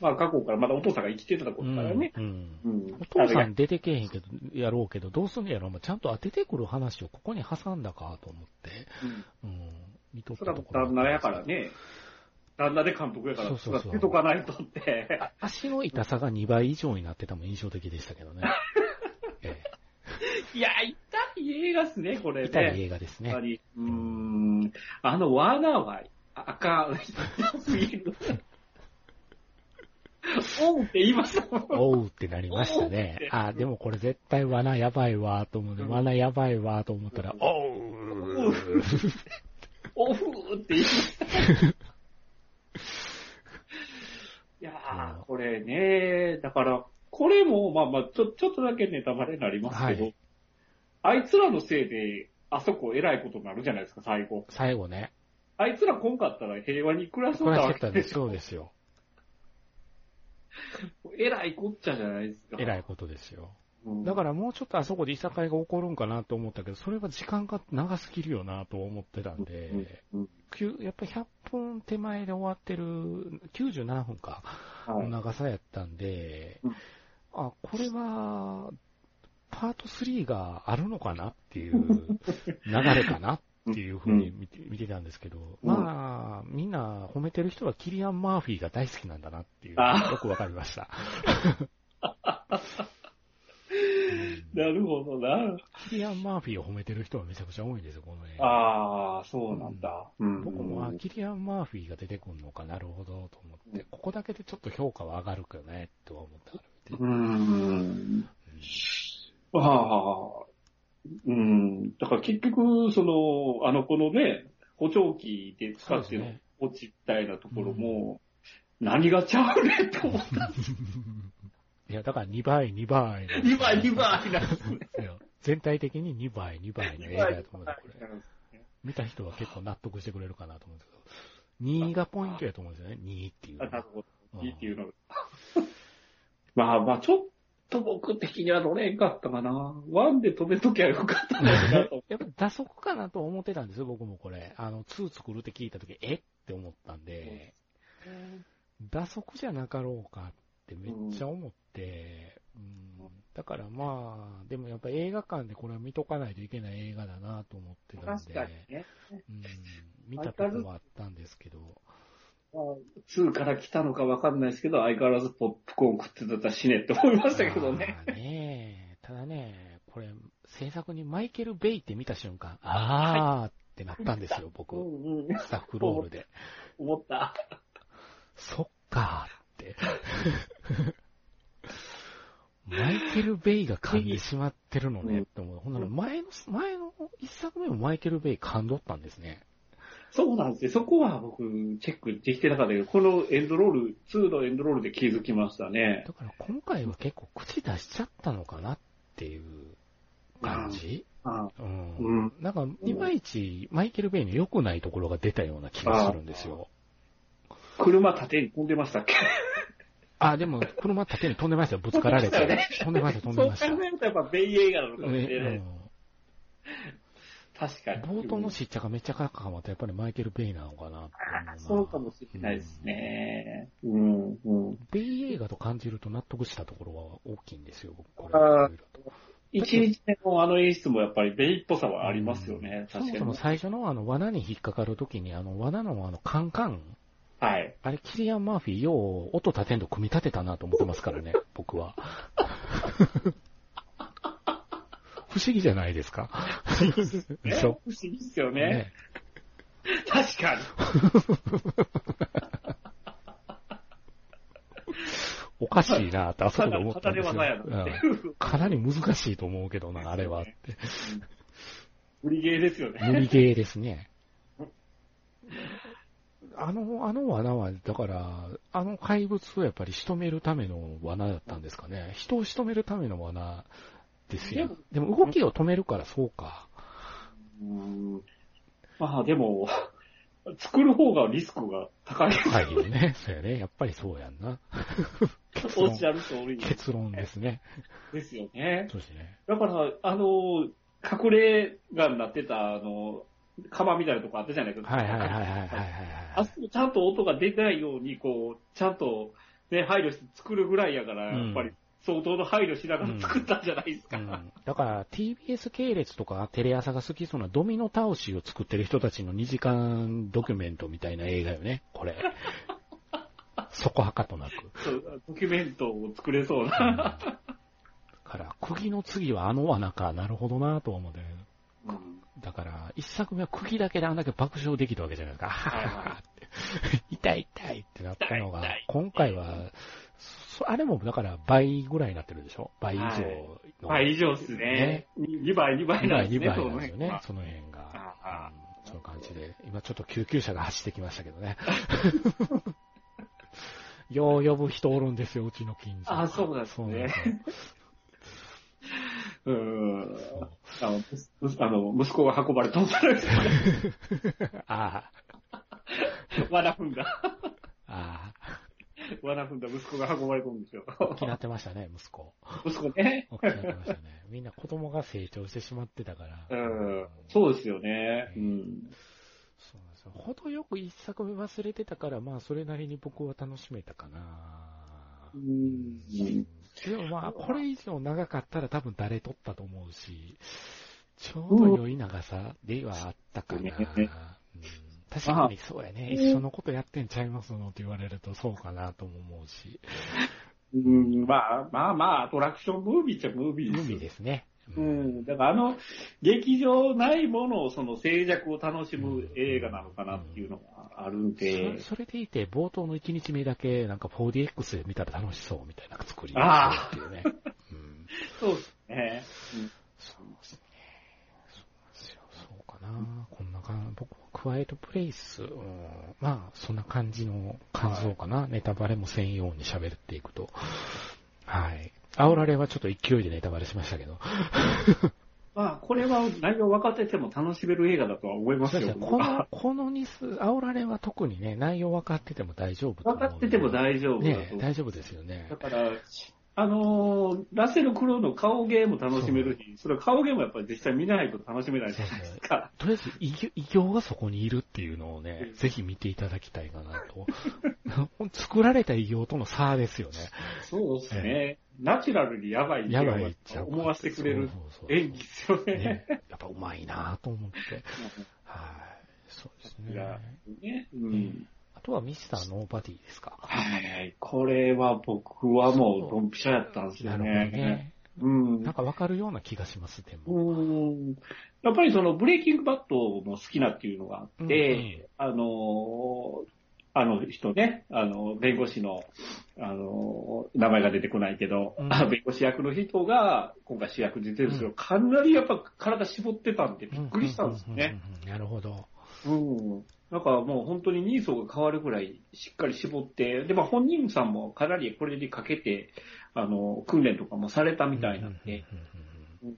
C: まあ、過去から、まだお父さんが生きてたこ
B: う
C: とから
B: ん
C: ね。。
B: うん
C: うん。
B: お父さ
C: あれ
B: ん出てけえへんけど、やろうけど、どうすんのやろ、まあ、ちゃんと当ててくる話をここに挟んだかと思って。
C: がうん
B: うん。見とっ
C: そ
B: た
C: れ
B: と
C: は
B: ころ
C: 旦那やから。ね。旦那で監督やか
B: そう
C: ら、
B: そ
C: そうら
B: そう
C: 出とかないとって。
B: 足の痛さが2倍以上になってたも印象的でしたけ どね。え
C: いや、痛い映画っすね、こ
B: え
C: れ
B: 痛い
C: ね。
B: 映画です
C: やっぱ
B: ね。
C: り。うーん。あの、ワーナーは、あかん。痛すぎ る。おうって言いましたもん。
B: おうってなりましたね
C: おうっ。て
B: あ、でもこれ絶対罠やばいわと思うんで、
C: うん
B: 罠やばいわと思ったら、おう
C: おうって言いまし た。いやー、これね、だから、これも、まあまあ、ちょ、ちょっとだけネタバレになりますけど、
B: は
C: あいつらのせいで、あそこ偉いことになるじゃないですか、最後。
B: 最後ね、
C: あいつら来んかったら平和に暮らしと
B: こ
C: っ
B: れ
C: た
B: は
C: わ
B: った
C: け
B: んで。
C: ですしょ。
B: そうですよ。
C: 偉いこっちゃじゃないですか。
B: 偉
C: い。
B: いことですよ。だからもうちょっとあそこでいさかいが起こるんかなと思ったけど、それは時間が長すぎるよなと思ってたんで、
C: うんうん
B: きゅやっぱ100分手前で終わってる、97分か。
C: ら、はい
B: の長さやったんで
C: うん、
B: あ、これは、パート3があるのかなっていう 流れかなっていうふうに見て,、見てたんですけど、
C: うん
B: まあ、みんな褒めてる人はキリアン・マーフィーが大好きなんだなっていう、
C: あ
B: よくわかりま した。うん
C: なるほどな。
B: キリアン・マーフィーを褒めてる人はめちゃくちゃ多いんですよ、この映画。
C: ああ、そうなんだ。うん
B: 僕も、あ、キリアン・マーフィーが出てくるのかなるほどと思って、ここだけでちょっと評価は上がるけどね、とは思ったから見て
C: うーん。ああ。うん。だから結局、その、あの、このね、補聴器で使って
B: そうです
C: の
B: ね
C: 落ちたいなところも、何がちゃうねんと思った。
B: いや、だから2倍、2倍。
C: 2倍、2倍なんですね。
B: いや全体的に2倍、2倍の映
C: 2
B: 画
C: 倍
B: やと思うんで、これ。見た人は結構納得してくれるかなと思うんですけど、2がポイントやと思うんですよね、2っていうの
C: あ、
B: は。
C: なるほど。いいっていううのが。まあまあ、ちょっと僕的には乗れんかったかな。ワンで止めときゃよかったのになと
B: ん。やっぱ打足かなと思ってたんですよ、僕もこれ。あの、2作るって聞いたとき、えって思ったんで、打足じゃなかろうかってめっちゃ思って、うんだからまあ、でもやっぱ映画館でこれは見とかないといけない映画だなと思ってたん
C: 確
B: で。
C: かにね。
B: うん見たとこはあったんですけど、
C: まあ2から来たのかわかんないですけど、相変わらずポップコーン食ってたら死ねって思いましたけどね。
B: まあねただね、これ、制作にマイケル・ベイって見た瞬間、あーってなったんですよ、
C: う
B: 僕、
C: んうん、
B: スタッフロールで。
C: 思った。
B: そっかーって。マイケル・ベイが噛んでしまってるのねって思う。ほんなら前の、前の一作目もマイケル・ベイ噛んどったんですね。
C: そうなんですよ。そこは僕、チェックできてなかったけど、このエンドロール、2のエンドロールで気づきましたね。
B: だから今回は結構口出しちゃったのかなっていう感じ、
C: あ
B: うん
C: うん。
B: なんか、いまいち、マイケル・ベイの良くないところが出たような気がするんですよ。
C: 車縦に飛んでましたっけ
B: あでも、車縦に飛んでました よ。ぶつかられて。飛んでました、飛ん
C: そ
B: でま
C: う考
B: した。ね
C: えるとやっぱベイ映画なのかもしれない。
B: うん
C: 確かに。
B: 冒頭のしっちゃがめっちゃかっかまったやっぱりマイケル・ベイなのかなって
C: ああ、
B: 思
C: そうう
B: な
C: かもしれないですね。うん、うん。
B: ベイ映画と感じると納得したところは大きいんですよ、僕、これ。
C: あー
B: いろいろと
C: 一日目のあの演出もやっぱりベイっぽさはありますよね、
B: そ
C: 確
B: も
C: か
B: そも
C: に。
B: 最初のあの罠に引っかかるときに、あの罠のあのカンカン、
C: はい。
B: あれキリアン・マーフィー、よう音立てんと組み立てたなと思ってますからね、僕は。不思議じゃないですか。でし
C: 不
B: ょ
C: 思議ですよね。
B: ね。
C: 確かに。
B: おかしいなって、あそこで思ったんですよ。
C: ただただ技やなって
B: うんかなり難しいと思うけどな、あれは。
C: 無理ゲーですよね。
B: 無理ゲーですね。あの、あの罠は、だから、あの怪物をやっぱり仕留めるための罠だったんですかね。人を仕留めるための罠ですよ。でも動きを止めるからそうか。
C: うんまあでも、作る方がリスクが高い。
B: 高いよね。そうやね。やっぱりそうやんな。結
C: お
B: 論
C: っしゃる通り
B: 結論ですね。
C: ですよね。
B: そうですね。
C: だから、あの、隠れ家になってた、あの、釜みたいなとこあったじゃないですか。
B: はいはいはいはいはいはいは
C: あ
B: い。
C: そこちゃんと音が出ないように、こう、ちゃんと、ね、配慮して作るぐらいやから、
B: うん
C: やっぱり相当の配慮しなが
B: うん
C: ら作ったんじゃないです
B: う
C: か。
B: ん、だから、TBS 系列とかテレ朝が好きそうなドミノ倒しを作ってる人たちの2時間ドキュメントみたいな映画よね、これ。そこはかとなく。
C: そうドキュメントを作れそう
B: うん
C: な。
B: だから、釘の次はあの罠か、なるほどなとは思って。
C: うん
B: だから、一作目は釘だけであんだけ爆笑できたわけじゃないですか。
C: いは
B: 痛い痛いってなったのが
C: 痛い痛い、
B: 今回は、そあれもだから倍ぐらいになってるでしょ倍以上
C: はい
B: の。
C: まあ、以上ですね。2倍、2倍
B: 2
C: なん
B: 倍、
C: です
B: 2
C: ね、
B: 倍なんですよ
C: その辺
B: ね
C: は、
B: その辺が。
C: ああ
B: うんその感じで。今ちょっと救急車が走ってきましたけど ね。よう呼ぶ人おるんですよ、うちの近所。
C: あそうなんです
B: そ
C: ね
B: うなんですよ
C: うーん
B: そう
C: あのむすあの、息子が運ばれたんじゃないですか。
B: あ
C: わら踏んだ。
B: あ、あ
C: わら踏んだ息子が運ばれ込むんで すよ。
B: あ、気になってましたね、息子。
C: 息子ね。
B: 大きくなってましたね。 みんな子供が成長してしまってたから。
C: うん。そうですよね。うん。
B: そうなんですよ。ほどよく一作目忘れてたから、まあ、それなりに僕は楽しめたかな。
C: うん。
B: でもまあ、これ以上長かったら多分誰撮ったと思うし、ちょうど良い長さではあったかな。
C: うん
B: うん確かにそうやね。一緒のことやってんちゃいますのって言われるとそうかなとも思うし。
C: うん、まあまあまあ、アトラクションムービーっちゃムービーですよ
B: 海ですね。
C: う
B: うん
C: ん。だからあの、劇場ないものを、その静寂を楽しむ映画なのかなっていうのがあるんで
B: そ。それでいて、冒頭の1日目だけ、なんか 4DX で見たら楽しそうみたいな作りを
C: ああ
B: してるっていうね。うん
C: そうですね。うん
B: そうですね。そうですよ。そうかな。こんな感じ。僕はクワイエットプレイス、うん、まあ、そんな感じの感想かな。ネタバレも専用に喋っていくと。はい。煽られはちょっと勢いでネタバレしましたけど。
C: まあ、これは内容分かってても楽しめる映画だとは思いますよ。
B: こ
C: 僕は
B: の、このニス、煽られは特にね、内容分かってても大丈夫と思
C: 分
B: う
C: かってても大丈夫だ
B: ね
C: と。
B: 大丈夫ですよね
C: だ。から、あのーラッセル・クロウの顔芸も楽しめるし、それ顔芸もやっぱり実際見ないと楽しめないじゃないですか。
B: とりあえず異形、異形がそこにいるっていうのをね
C: う、ん
B: ぜひ見ていただきたいかなと。 作られた異形との差ですよね。
C: そうですね。ナチュラルにやばいって
B: やばいっちゃう
C: 思わせてくれる
B: そうそうそう
C: 演技ですよね。
B: ね、やっぱうまいなぁと思って。はい。そうです
C: いや
B: ね。
C: ねうん
B: あとはミスターノーバディですか。
C: はい。これは僕はもうドンピシャやったんです
B: な
C: よ
B: るほど
C: ね。
B: ね。
C: うん。
B: なんかわかるような気がします、で
C: う
B: も。
C: ーんやっぱりそのブレイキングバットも好きなっていうのがあって、
B: うんうん
C: あのーあの人ね、あの、弁護士の、あのー名前が出てこないけど、
B: うん
C: 弁護士役の人が今回主役で出てるんですけど、かなりやっぱ体絞ってたんでびっくりしたんですよね。
B: うんうんうんうん。なるほど。
C: うん。なんかもう本当に人相が変わるぐらいしっかり絞って、で、まあ本人さんもかなりこれにかけて、あの、訓練とかもされたみたいなんで、
B: うんうんうん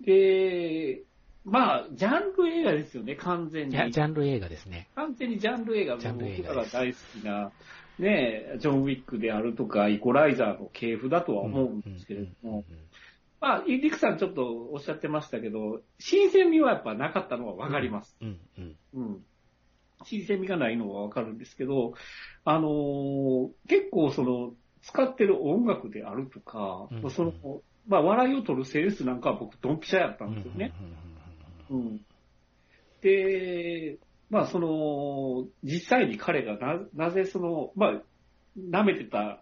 C: で、まあ、ジャンル映画ですよね、完
B: う
C: 全
B: ん。い
C: に。
B: や、ジャンル映画ですね。
C: 完全にジャンル映画、
B: ジャンル映
C: 僕
B: 画
C: らが大好きな、ねえ、ジョン・ウィックであるとか、イコライザーの系譜だとは思うんですけれども、
B: うんうんうんうん
C: まあ、リクさんちょっとおっしゃってましたけど、新鮮味はやっぱなかったのはわかります。
B: うん、うん。
C: うん。新鮮味がないのはわかるんですけど、あのー結構その、使ってる音楽であるとか、
B: うん
C: その、まあ、笑いを取るセンスなんかは僕、ドンピシャやった
B: うん
C: ですよね。
B: んうん
C: うん。で、まあその、実際に彼がな、なぜその、まあ、舐めてた、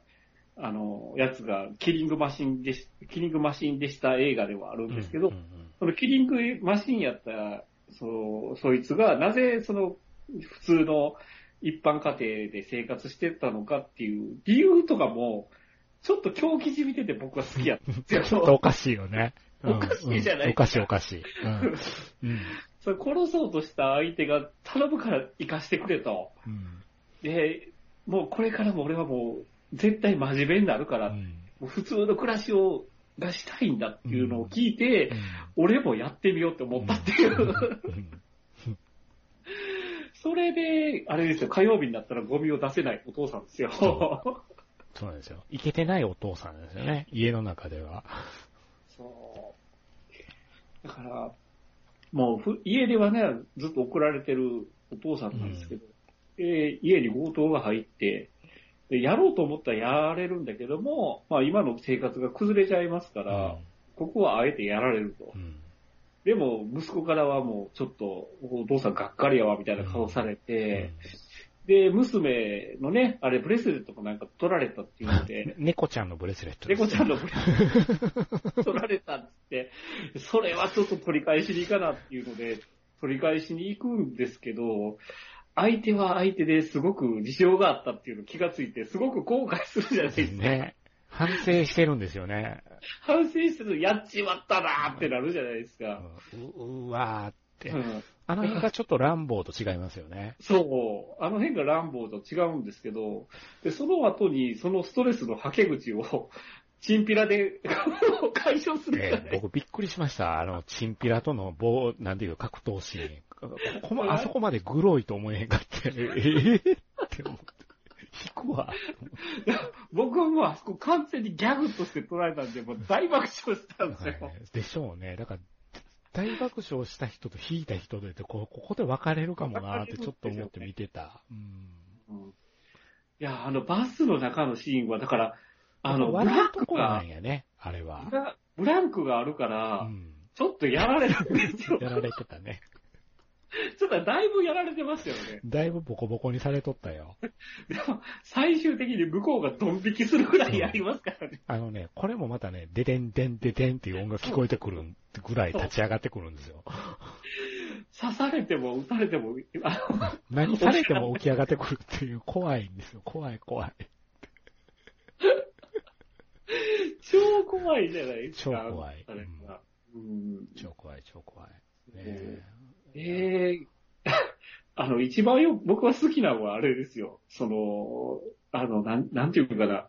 C: あの、やつが、キリングマシンでし、キリングマシンでした映画ではある
B: うんん
C: ですけど、
B: うんうん
C: そのキリングマシンやった、その、そいつが、なぜその、普通の一般家庭で生活してたのかっていう理由とかも、ちょっと狂気じみてて僕は好きやったんですよ。
B: ちょ っとおかしいよね。うん
C: おかしいじゃない
B: うんおかしいおかしい。うん。うん
C: それ殺そうとした相手が頼むから生かしてくれと。
B: うん。
C: で、もうこれからも俺はもう絶対真面目になるから、
B: う
C: も
B: ん
C: う普通の暮らしを、がしたいんだっていうのを聞いて、俺もやってみようって思ったっていう。
B: うん
C: それで、あれですよ、火曜日になったらゴミを出せないお父さんですよ。
B: そそうなんですよ。いけてないお父さんですよね。家の中では。
C: そう。だから、もうふ家ではね、ずっと怒られてるお父さんなんですけど、えー家に強盗が入ってで、やろうと思ったらやれるんだけども、まあ今の生活が崩れちゃいますから、ここはあえてやられると
B: う。ん
C: でも、息子からはもうちょっと、お父さんがっかりやわ、みたいな顔されて、で、娘のね、あれ、ブレスレットもなんか取られたっていうので
B: うん、猫ちゃんのブレスレットです
C: 猫ちゃんのブレス取られたっつって、それはちょっと取り返しに行かなっていうので、取り返しに行くんですけど、相手は相手ですごく事情があったっていうの気がついて、すごく後悔するじゃないですか。
B: ね。反省してるんですよね。
C: 反省してるやっちまったなーってなるじゃないですか。
B: うんううわーっ
C: う
B: て。
C: ん、
B: あの辺がちょっとランボーと違いますよね。
C: そう。あの辺がランボーと違うんですけど、で、その後にそのストレスのはけ口を、チンピラで 解消するじゃない
B: ええ僕びっくりしました。あの、チンピラとの棒、なんていうか格闘シーン。ここまあそこまでグロいと思えへんかって。ええって思って。引くわ。
C: 僕はもうあそこ完全にギャグとして捉えたんで、もう大爆笑したんですよ。
B: はいでしょうね。だから、大爆笑した人と引いた人でって、こここで分かれるかもなーってちょっと思って見てた。うん。
C: うんいや、あの、バスの中のシーンは、だから、あの、ブラ
B: 笑
C: ン
B: うと
C: ク
B: ころな
C: が
B: ん、やね、あれは
C: ブ。ラブランクがあるか
B: う
C: ら、
B: ん。
C: ちょっとやられるんですよ。
B: やられてたね。
C: ちょっとだいぶやられてますよね。
B: だいぶボコボコにされとったよ。
C: でも、最終的に向こうがドン引きするくらいやりますからね。
B: あのね、これもまたね、デデンデンデデンっていう音が聞こえてくるぐらい立ち上がってくるんですよ。
C: 刺されても撃たれても、あの
B: 何されても起き上がってくるって いう、怖いんですよ。怖い怖い。
C: 超怖いじゃないですか。
B: 超怖い
C: あれがうん。
B: 超怖い超怖い。ね
C: ねええ あの、一番よ、僕は好きなのはあれですよ。その、あの、なん、なんていうのかな。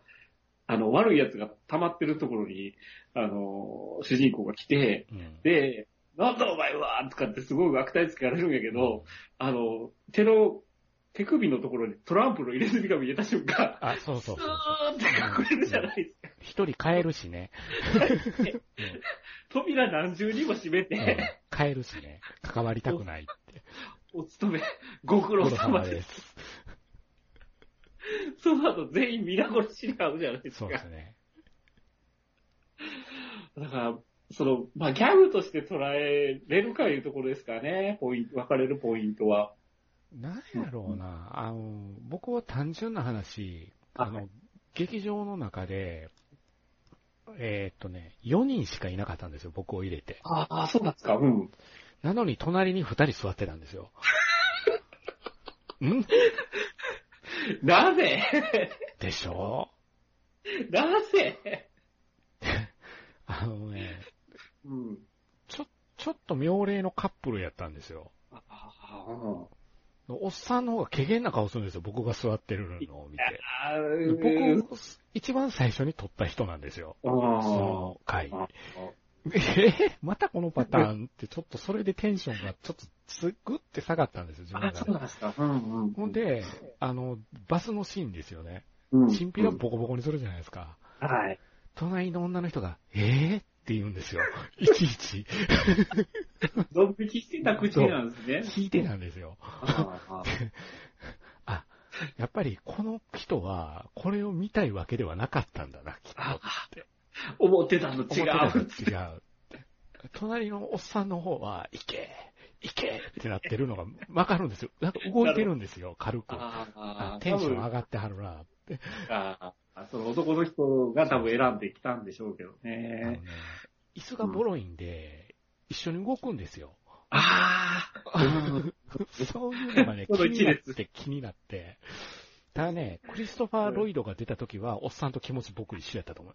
C: あの、悪い奴が溜まってるところに、あの、主人公が来て、
B: うん。
C: で、なんだお前はとかってすごい悪態つけられるんやけど、あの、手の、手首のところにトランプの入れ墨が見えた瞬間、
B: あ、そう
C: ス
B: そ
C: ー
B: うそうそう。
C: ンって隠れるじゃないですか。
B: 一人変えるしね。
C: 扉何重にも閉め
B: うん
C: て、
B: 変えるしね。関わりたくないって。
C: お勤め、ご苦労様です。
B: す。
C: その後全員皆殺しに合うじゃないです
B: そ
C: か
B: う。ですね。
C: だから、その、まあ、ギャグとして捉えれるかいうところですかね、ポイント、分かれるポイントは。
B: なんやろうな。あの、僕は単純な話、
C: あ
B: あの、劇場の中で、えーっとね、4人しかいなかったんですよ、僕を入れて。
C: ああ、そうなんですか、うん。
B: なのに隣に2人座ってたんですよ。ん
C: なぜ
B: でしょ
C: なぜ
B: あのね、
C: うん。
B: ちょっと妙齢のカップルやったんですよ。
C: ああ、うん。
B: おっさんの方が怪げな顔するんですよ、僕が座ってるのを見て。
C: あー
B: 僕、一番最初に撮った人なんですよ。
C: うん
B: その回。
C: あ
B: えまたこのパターンって、ちょっとそれでテンションがちょっとつぐって下がったんですよ、自分の
C: あ、
B: 中
C: そ
B: で。
C: うなんですか。うんうん。
B: ほん、で、あの、バスのシーンですよね。
C: うん
B: チンピラボコボコにするじゃないですか。
C: はい。
B: 隣の女の人が、えーっって言うん ですよ。いちいち。
C: ドン引きしてた口なんですね。
B: 引いてなんですよ。
C: あああ
B: あ、やっぱりこの人は、これを見たいわけではなかったんだな、きっと
C: あ
B: って。
C: あ思ってたの違
B: 思って
C: う。
B: たのと違う。隣のおっさんの方は、行け行けってなってるのがわかるんですよ。なんか動いてるんですよ、軽く。
C: あ
B: あ
C: あ、
B: テンション上
C: 多分
B: がってはるな。
C: ああ、その男の人が多分選んできたんでしょうけど
B: あのね
C: ね。
B: 椅子がボロいんで、一緒に動くんですよ。
C: ああ、
B: そういうのがね、気
C: この
B: に
C: 一
B: なっ
C: 列
B: て気になって。ただね、クリストファー・ロイドが出た時は、おっさんと気持ち僕一緒やったと思う。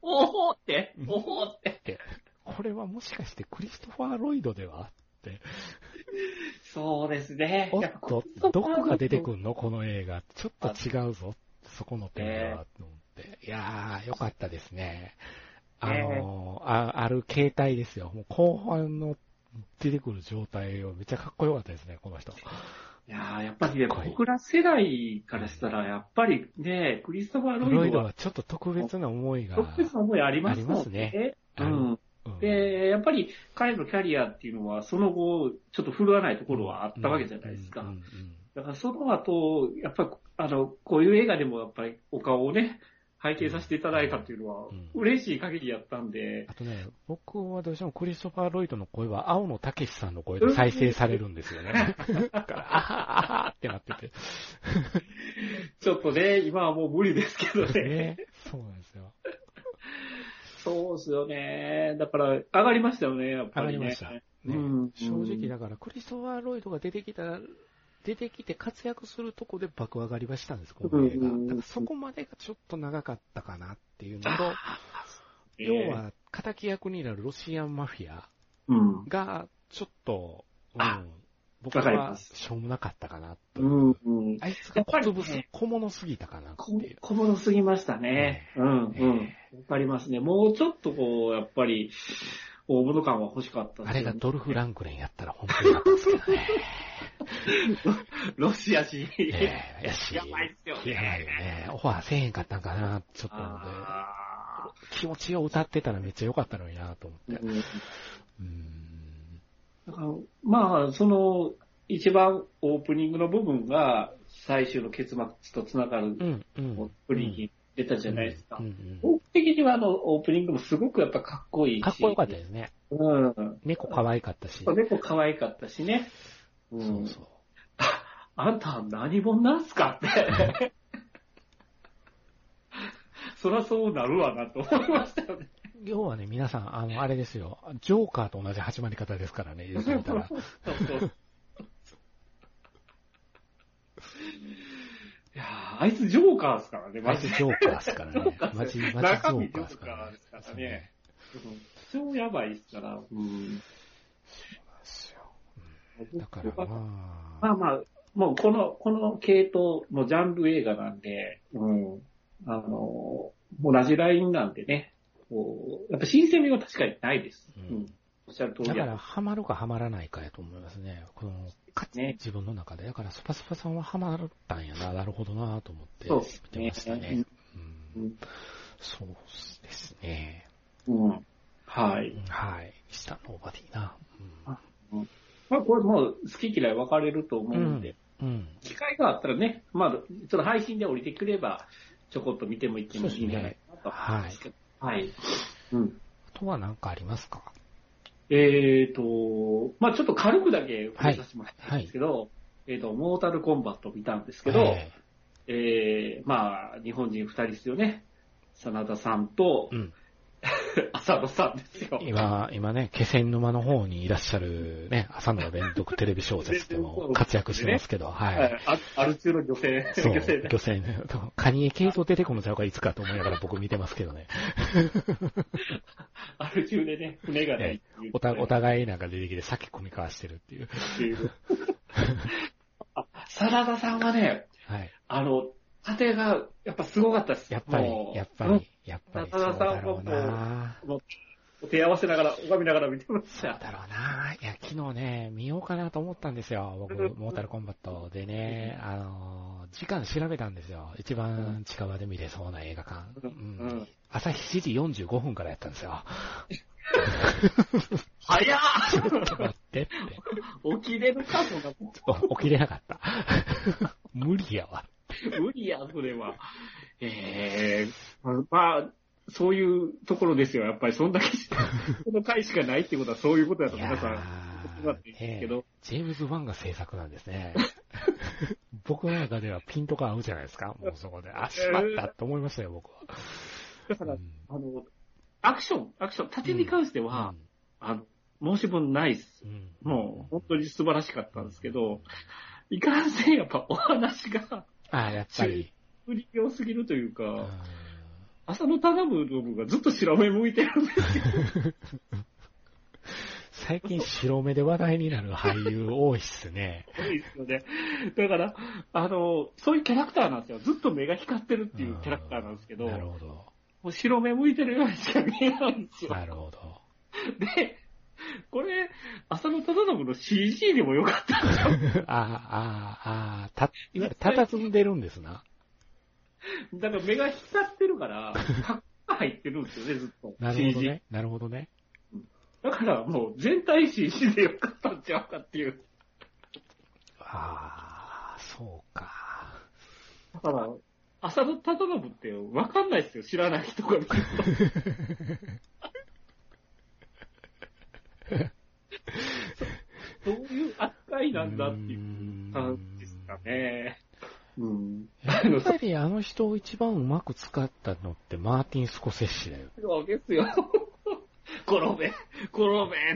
C: おほって
B: う、ん
C: おほって。
B: これはもしかしてクリストファー・ロイドでは
C: そうですね。
B: おっ
C: やぱ
B: と、どこが出てくんのこの映画。ちょっと違うぞ。そこの点では、と思って。いやー、よかったですね。あのーあ、ある形態ですよ。もう後半の出てくる状態をめっちゃかっこよかったですね、この人。
C: いやーやっぱりね、
B: かっこいい
C: 僕ら世代からしたら、やっぱりね、クリストファー・ロ
B: ロ
C: イ
B: イド
C: ドは
B: はちょっと特別な思いが。
C: 特別な思いありますもん
B: ありますね
C: う
B: あ
C: ん。
B: うん
C: で、やっぱり彼のキャリアっていうのは、その後、ちょっと振るわないところはあったわけじゃないですか。
B: うんうんうん
C: だからその後、やっぱり、あの、こういう映画でもやっぱりお顔をね、拝見させていただいたっていうのは
B: うん、
C: 嬉しい限りやったんで、
B: あとね、僕はどうしてもクリストファー・ロイドの声は青野武さんの声で再生されるんですよ ね。だから、あはあはってなってて。
C: ちょっとね、今はもう無理ですけどね。
B: ね、そうなんですよ。
C: そうですよね。だから、上がりましたよね、やっぱりね。
B: 上がりましたね
C: うん
B: 正直だから、クリストファー・ロイドが出てきた、出てきて活躍するとこで爆上がりはしたんです、この映画。だからそこまでがちょっと長かったかなっていうのと、要は、敵役になるロシアンマフィア。
C: うん。
B: が、ちょっと、う
C: あ
B: ん、僕
C: わかり
B: は
C: ま
B: しょうもなかったかなと。
C: うん、うん。
B: あいつが小粒す
C: やっぱりね
B: 小物すぎたかなって
C: こ
B: いう。
C: 小物すぎましたね。うん、うん。わ
B: ね
C: かりますね。もうちょっとこう、やっぱり、大物感は欲しかったで
B: あ
C: す
B: れ
C: よね
B: がドルフ・ランクレンやったら本当によかったですけどね。
C: ロシア人。
B: ねえやし。
C: やばいっすよね
B: やばいよね。オファーせえへんかったんかな、ちょっと思って
C: あ
B: 気持ちよ歌ってたらめっちゃ良かったのになと思って。
C: ーうん
B: うん。
C: だからまあ、その、一番オープニングの部分が、最終の結末とつながる
B: う、ん、うん。
C: プリンに出たじゃないですか。
B: うんうんうん
C: 僕的にはあの、オープニングもすごくやっぱかっこいいし。
B: かっこよかったですね。
C: うん。
B: 猫可愛かったし。
C: 猫可愛かったしね。う
B: そ
C: ん
B: う。そう。
C: あんた何者なんす かって。そらそうなるわなと思いましたよね。
B: 要はね、皆さん、あの、あれですよ。ジョーカーと同じ始まり方ですからね、言うてみた ら。
C: そうそういやーあいつジョーカーですからね、
B: マ
C: マ
B: ジ
C: ジで。
B: ジョーカーですから
C: ジョ
B: ね
C: ーカ。ー
B: マジ、マジジョ
C: 中身
B: ーカーですからね
C: ジョーカーですからね。超やばいですから。うん
B: だから
C: ま
B: ま
C: あまあ、もうこの、この系統、もうジャンル映画なんで、うん。あの、同じラインなんでね、こう、やっぱ新鮮味は確かにないです。
B: う
C: うんん。おっしゃる通
B: あ、
C: り
B: だ
C: や
B: から、ハマるかハマらないかやと思いますね。この、か
C: ね
B: 自分の中で。だから、スパスパさんはハマったんやな、なるほどなと思って、
C: そうです
B: 見てましたね
C: ね。
B: う
C: うんん。
B: そうですね。
C: うん。はい。
B: はい。ミスターノーバディな。
C: まあこれもう好き嫌い分かれると思うんで、
B: うん。うん。
C: 機会があったらね、まあ、その配信で降りてくれば、ちょこっと見てもいってもいいんじゃないかなと思うんですけど。はい。うん。
B: あとは何かありますか
C: えーと、まあちょっと軽くだけ触れさせてもらったんですけど、えーと、モータルコンバット見たんですけど、
B: え
C: えーまあ日本人二人ですよね。真田さんと
B: えうん。
C: 浅野さんですよ。
B: 今、今ね、気仙沼の方にいらっしゃるね、朝の連続テレビ小説で も活躍してますけど、
C: は
B: はい。
C: い、あアル中の女性、
B: そう、
C: 女 性ね
B: 漁船ね。カニエ系統出てこのちゃうかいつかと思いながら僕見てますけどね。
C: アル中でね、船がないっていう、
B: おたお互いなんか出てきて酒込み交わしてるっていう。
C: って いう。あ真田さんはね、
B: はい。
C: あの、縦がやっぱすごかったです。
B: やっぱり
C: も、う
B: やっぱり、やっぱり、
C: 中田さんは
B: そうだろうな
C: もう手合わせながら、拝みながら見てまし
B: そう
C: た。
B: だろうな。いや、昨日ね、見ようかなと思ったんですよ。僕、モータルコンバットでね、あのー、時間調べたんですよ。一番近場で見れそうな映画館。う
C: うんん。
B: 朝7時45分からやったんですよ。
C: 早っ
B: ちょっと待って って。
C: 起きれるか、そんなもん
B: お起きれなかった。 無理やわ。
C: 無理や、それは。ええまあ、そういうところですよ。やっぱり、そんだけ、この回しかないってことは、そういうことだと
B: いや
C: 皆さん、思ってるんです
B: ね
C: けど、
B: ジェームズ・ワンが制作なんですね。 僕の中ではピントが合うじゃないですか。もうそこで。あ、しまったと思いましたよ、僕は。
C: だから、あの、アクション、アクション、縦に関しては、あの、申し分ないです。もう、本当
B: に。
C: に素晴らしかったんですけど、いかんせん、やっぱお話が、
B: あ、やっぱり。
C: 不利用すぎるというか、
B: うん
C: 浅野忠信がずっと白目向いてるんですよ。
B: 最近白目で話題になる俳優多いっすね。
C: 多いですよね。だから、あの、そういうキャラクターなんですよ。ずっと目が光ってるっていうキャラクターなんですけど、
B: なる
C: も
B: ほど。
C: う白目向いてるようにしか見えないんですよ。
B: なるほど。
C: で、これ、浅野忠信の CG でもよかったんですよ。
B: ああ、ああ、た、たたずんでるんですな。
C: だから目が光って るから、角が入ってるんですよね、ずっと。
B: なるほどね。なるほどね。
C: だからもう全体 CG でよかったんちゃうかっていう。
B: ああ、そうか。
C: だから、浅野忠信ってわかんないですよ、知らない人が見ると。 どういう扱いなんだっていう感じですかね。うん。
B: やっぱりあの人を一番うまく使ったのってマーティン・スコセッシだよ。
C: そうですよ。転べ、転べっ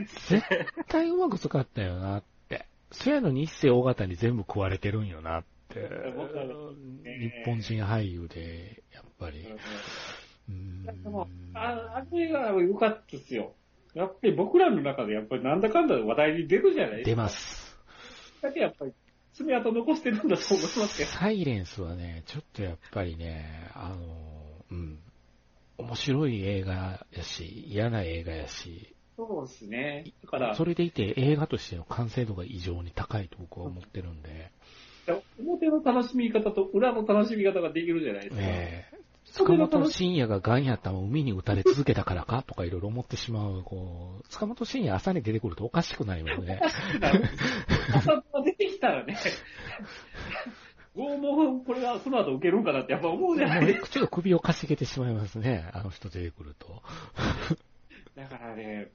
C: つ
B: 絶対うまく使ったよなって。そやのに一世大型に全部食われてるんよな って。
C: 僕は
B: 日本人俳優で、やっぱり。
C: って。
B: うーん
C: でもああの映画は良かったですよ。やっぱり僕らの中でやっぱりなんだかんだ話題に出るじゃないですか。
B: 出ます。
C: だけやっぱり爪痕残してるんだと思いますけど。
B: サイレンスはね、ちょっとやっぱりね、あの、うん。面白い映画やし、嫌な映画やし、
C: そうですね。だから、
B: それでいて映画としての完成度が異常に高いと僕は思ってるんで。
C: 表の楽しみ方と裏の楽しみ方ができるじゃないですか。
B: ええ塚本慎也がガンやったん海に打たれ続けたからかとかいろいろ思ってしまう、こう、塚本慎也朝に出てくるとおかしくなり ますね。
C: 朝が出てきたらね、拷問、これはその後受けるんかなってやっぱ思うじゃないですか。
B: ちょっと首をかしげてしまいますね、あの人出てくると。
C: だからね、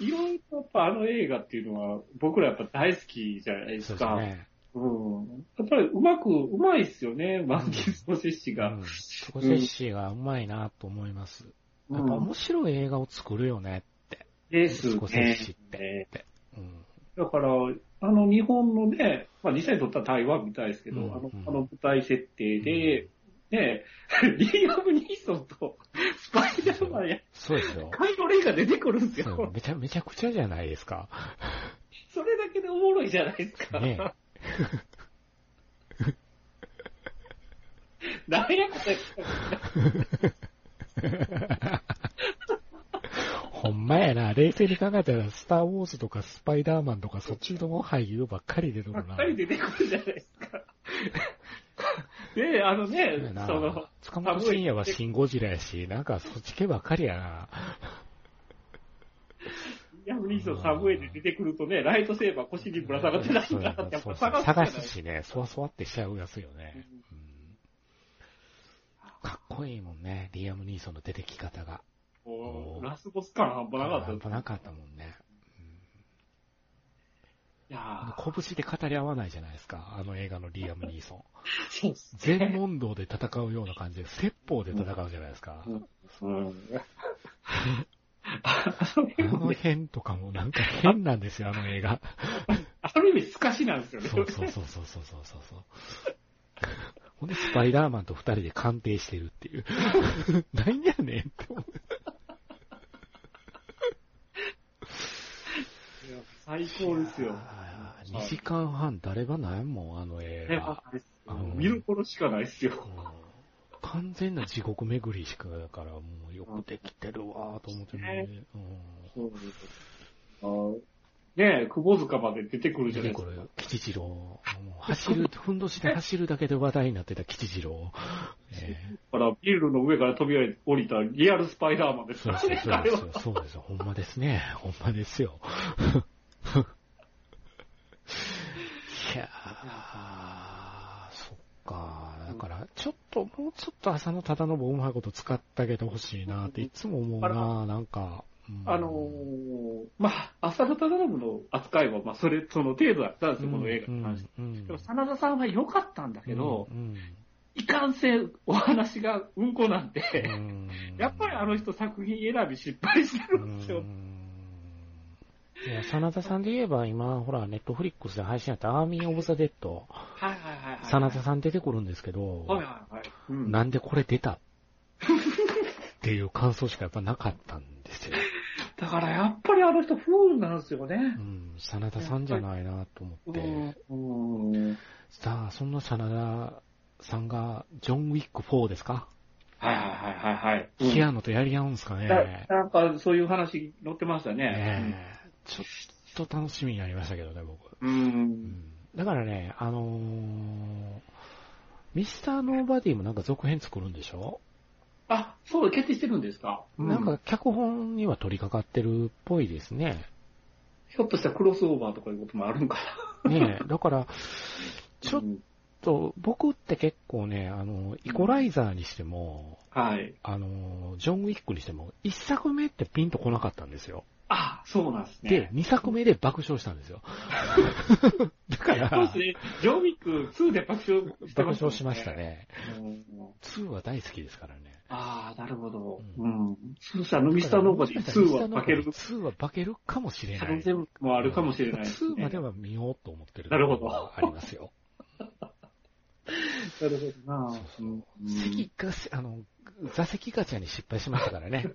C: いろいろやっぱあの映画っていうのは僕らやっぱ大好きじゃないです
B: そうです
C: か。
B: ね。
C: うんやっぱりうまく、うまいっすよね、マンキースポセッシ
B: う
C: が。
B: ん。スコセッシがうまいなと思います。やっぱ面白い映画を作るよね。
C: です
B: スコセッ
C: ね。
B: シって。うん。
C: だから、あの日本のね、まあ実際に撮った台湾みたいですけど、
B: うん
C: あの
B: うん
C: あの舞台設定で、ね、 リーアム・ニーソンとスパイダーマンや
B: そうですよ。
C: カイロ・レイが出てくるんです
B: そう
C: よ。
B: めちゃめちゃくちゃじゃないですか。
C: それだけでおもろいじゃないですか。
B: ね
C: なんやこれ。
B: ほんまやな。冷静に考えたら、スター・ウォーズとかスパイダーマンとか、そっちの俳優ばっかり出てく
C: ば
B: るな。
C: っかり出てくるじゃないですか。 で、あのね
B: そうや、な
C: その、
B: 塚本慎也はシン・ゴジラやし、なんかそっち系ばっかりやな。
C: いや、リーソンサブウェイで出てくるとね、ライトセーバー腰にぶら下がってないんだなって、やっ
B: そう
C: ぱ
B: そう
C: 探すじゃない
B: 探
C: です
B: すしね、そわそわってしちゃうやつよね。うんかっこいいもんね、リアム・ニーソンの出てき方が。
C: もうラスボス感半端なかった
B: 半
C: で す
B: 端なかったもんね。
C: いや
B: うん拳で語り合わないじゃないですか、あの映画のリアム・ニー ソン。
C: ーそうっす
B: 全問答で戦うような感じで、説法で戦うじゃないですか。
C: うんうん。あの
B: あ
C: 辺も
B: の
C: ね
B: 辺とかもなんか変なんですよ、あの映画。
C: ある意味透かしなんですよね。
B: そうそうそうそうそうそうそうそう。ほんで、スパイダーマンと二人で鑑定してるっていう。 なんやねんって思う。
C: いや最高ですよ。
B: あー2時間半、誰ばないもん、あの映
C: ね
B: 画。
C: あれっすよ
B: うん
C: 見る頃しかないですよ。
B: うん完全な地獄巡りしか、だから、もうよくできてるわーと思ってね。うん。
C: そうですあーねえ、窪塚まで出てくるじゃない
B: で、
C: です
B: こ
C: か
B: れ。、吉次郎。もう走る、ふんどしで走るだけで話題になってた吉次 郎。ええ
C: だから、ビルの上から飛び降りたリアルスパイダーマンです
B: そ
C: か
B: う
C: ら
B: そうそうですよ。。そう
C: ね、彼は
B: ですよ。ほんまですね。ほんまです よ。いやー、そっか。だから、ちょっと、もうちょっと朝のただのぼうまいこと使ってあげてほしいなっていつも思うななんか。うん
C: あのー、まあ、浅野忠信の扱いは、まあ、それ、その程度だったんですよ、この映画に関して。
B: うんうん
C: でも、真田さんは良かったんだけど、
B: うん
C: いかんせんお話がうんこなん
B: う
C: で、
B: ん
C: やっぱりあの人作品選び失敗してるんですよ。
B: いや、真田さんで言えば今、ほら、ネットフリックスで配信やったアーミー・オブ・ザ・デッド、
C: はいはいはいはい。
B: 真田さん出てくるんですけど、
C: はいはいはい。うん
B: なんでこれ出たっていう感想しかやっぱなかったんですよ。
C: だからやっぱりあの人不運なんですよ
B: う
C: ね。
B: ん、真田さんじゃないなと思って。
C: うんうん
B: さあ、そんな真田さんが、ジョン・ウィック4ですか、
C: はいはいはいはいはい。うん
B: キアノとやり合うんですかね
C: だなんかそういう話載ってましたね。
B: ねえちょっと楽しみになりましたけどね、僕。
C: う。
B: うんんだからね、あのーミスターノーバディもなんか続編作るんでしょ、
C: あ、そう、決定してるんですか
B: なんか、脚本には取り掛かってるっぽいですね。
C: ひょっとしたらクロスオーバーとかいうこともあるんか
B: ねえ、だから、
C: な。
B: ちょっ
C: うん
B: と、僕って結構ね、あの、イコライザーにしても、
C: はい。
B: あの、ジョン・ウィックにしても、一作目ってピンとこなかったんですよ。
C: あ、そうなんですね。
B: で、二作目で爆笑したんですよ。だか
C: そうで
B: ら
C: す、ね。ジョービック2で爆笑してま
B: 爆
C: した、
B: 笑しました。ね。
C: うん
B: 2は大好きですからね。
C: ああ、なるほど。
B: う
C: うん。そうしたら、ミスターノーバディ2は化ける
B: 2は化けるかもしれな
C: 可能
B: い。
C: 性もあるかもしれないですね。
B: 2までは見ようと思ってる。
C: なるほど
B: ありますよ。
C: なるほどな
B: そうそう
C: うん
B: 席が、あの、座席ガチャに失敗しましたからね。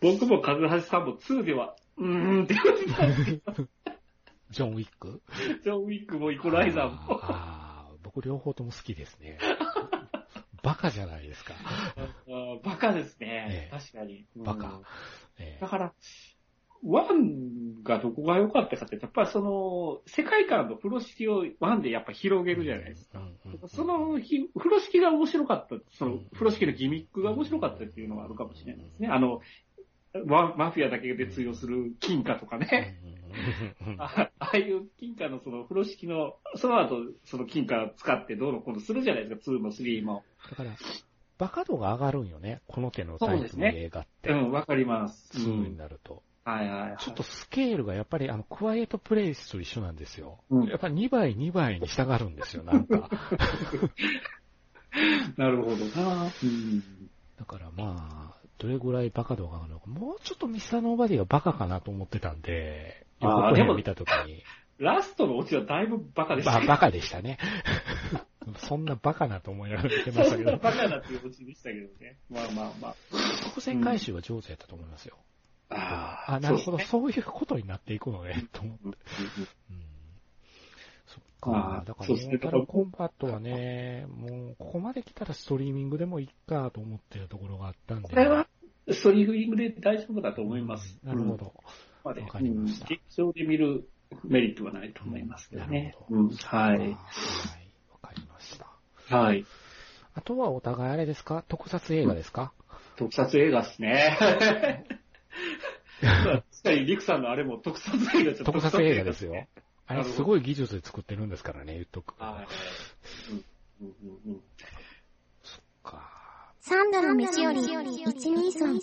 C: 僕も和橋さんも2では、うーんって言っ てたんですけ
B: ジョン・ウィック
C: ど、ジョン・ウィックもイコライザーも。
B: あーあー僕両方とも好きですね。バカじゃないですか。
C: あーバカです
B: ええ
C: ね。確かに。うん
B: バカ。え
C: だから、1がどこが良かったかって、やっぱりその、世界観の風呂敷を1でやっぱ広げるじゃないですか。その日、風呂敷が面白かった、その風呂敷のギミックが面白かったっていうのがあるかもしれないですね。あの、ワマフィアだけで通用する金貨とかね。あああいう金貨のその風呂敷の、その後その金貨使ってどうのこうのするじゃないですか、2も3も。
B: だから、バカ度が上がるんよね。この手のタイプの映画って。
C: うん、わかります。う
B: 2に
C: ん、
B: なると。
C: はいはいはい。
B: ちょっとスケールがやっぱりあの、クワイエットプレイスと一緒なんですよ。
C: うん
B: やっぱ2倍2倍に従うんですよ、なん か。
C: なるほどな。うん。
B: だからまあ、どれぐらいバカ度が上がるのか。もうちょっとミスターノーバディがバカかなと思ってたんで、
C: あー
B: 予告
C: でも
B: 編見たときに。
C: ラストのオチはだいぶバカでした
B: まあ、
C: ね。
B: バカでしたね。 そんなバカなと思いながら見てました
C: そ
B: け
C: んな
B: ど、
C: バカだっていうオチでしたけどね。まあまあまあ。
B: 伏線回収は上手やったと思いますよ。
C: あ
B: あ、なるほど、
C: そう
B: そういうことになっていくのね、と思って。うんそっ
C: ま
B: か
C: あ、
B: だから
C: そ
B: も
C: うです
B: う、
C: ね
B: タロコンバットはね、もう、ここまで来たらストリーミングでもいいかと思ってるところがあったんで。
C: これは、ストリーミングで大丈夫だと思います。
B: なるほど。
C: まで
B: わかりました
C: うん劇場で見るメリットはないと思いますけどね。
B: なるほど
C: うん、は
B: はい
C: い。
B: わかりました。
C: はい。
B: あとはお互いあれですか特撮映画ですか、
C: 特撮映画っすね。確かに、リクさんのあれも特撮映画じゃ
B: 特撮映画ですよ。。あ
C: な
B: れ
C: るほど
B: すごい技術で作ってるんですからね、言っとく。
C: はい。うんうんうんうん
B: か
A: サンドの飯より、一二三。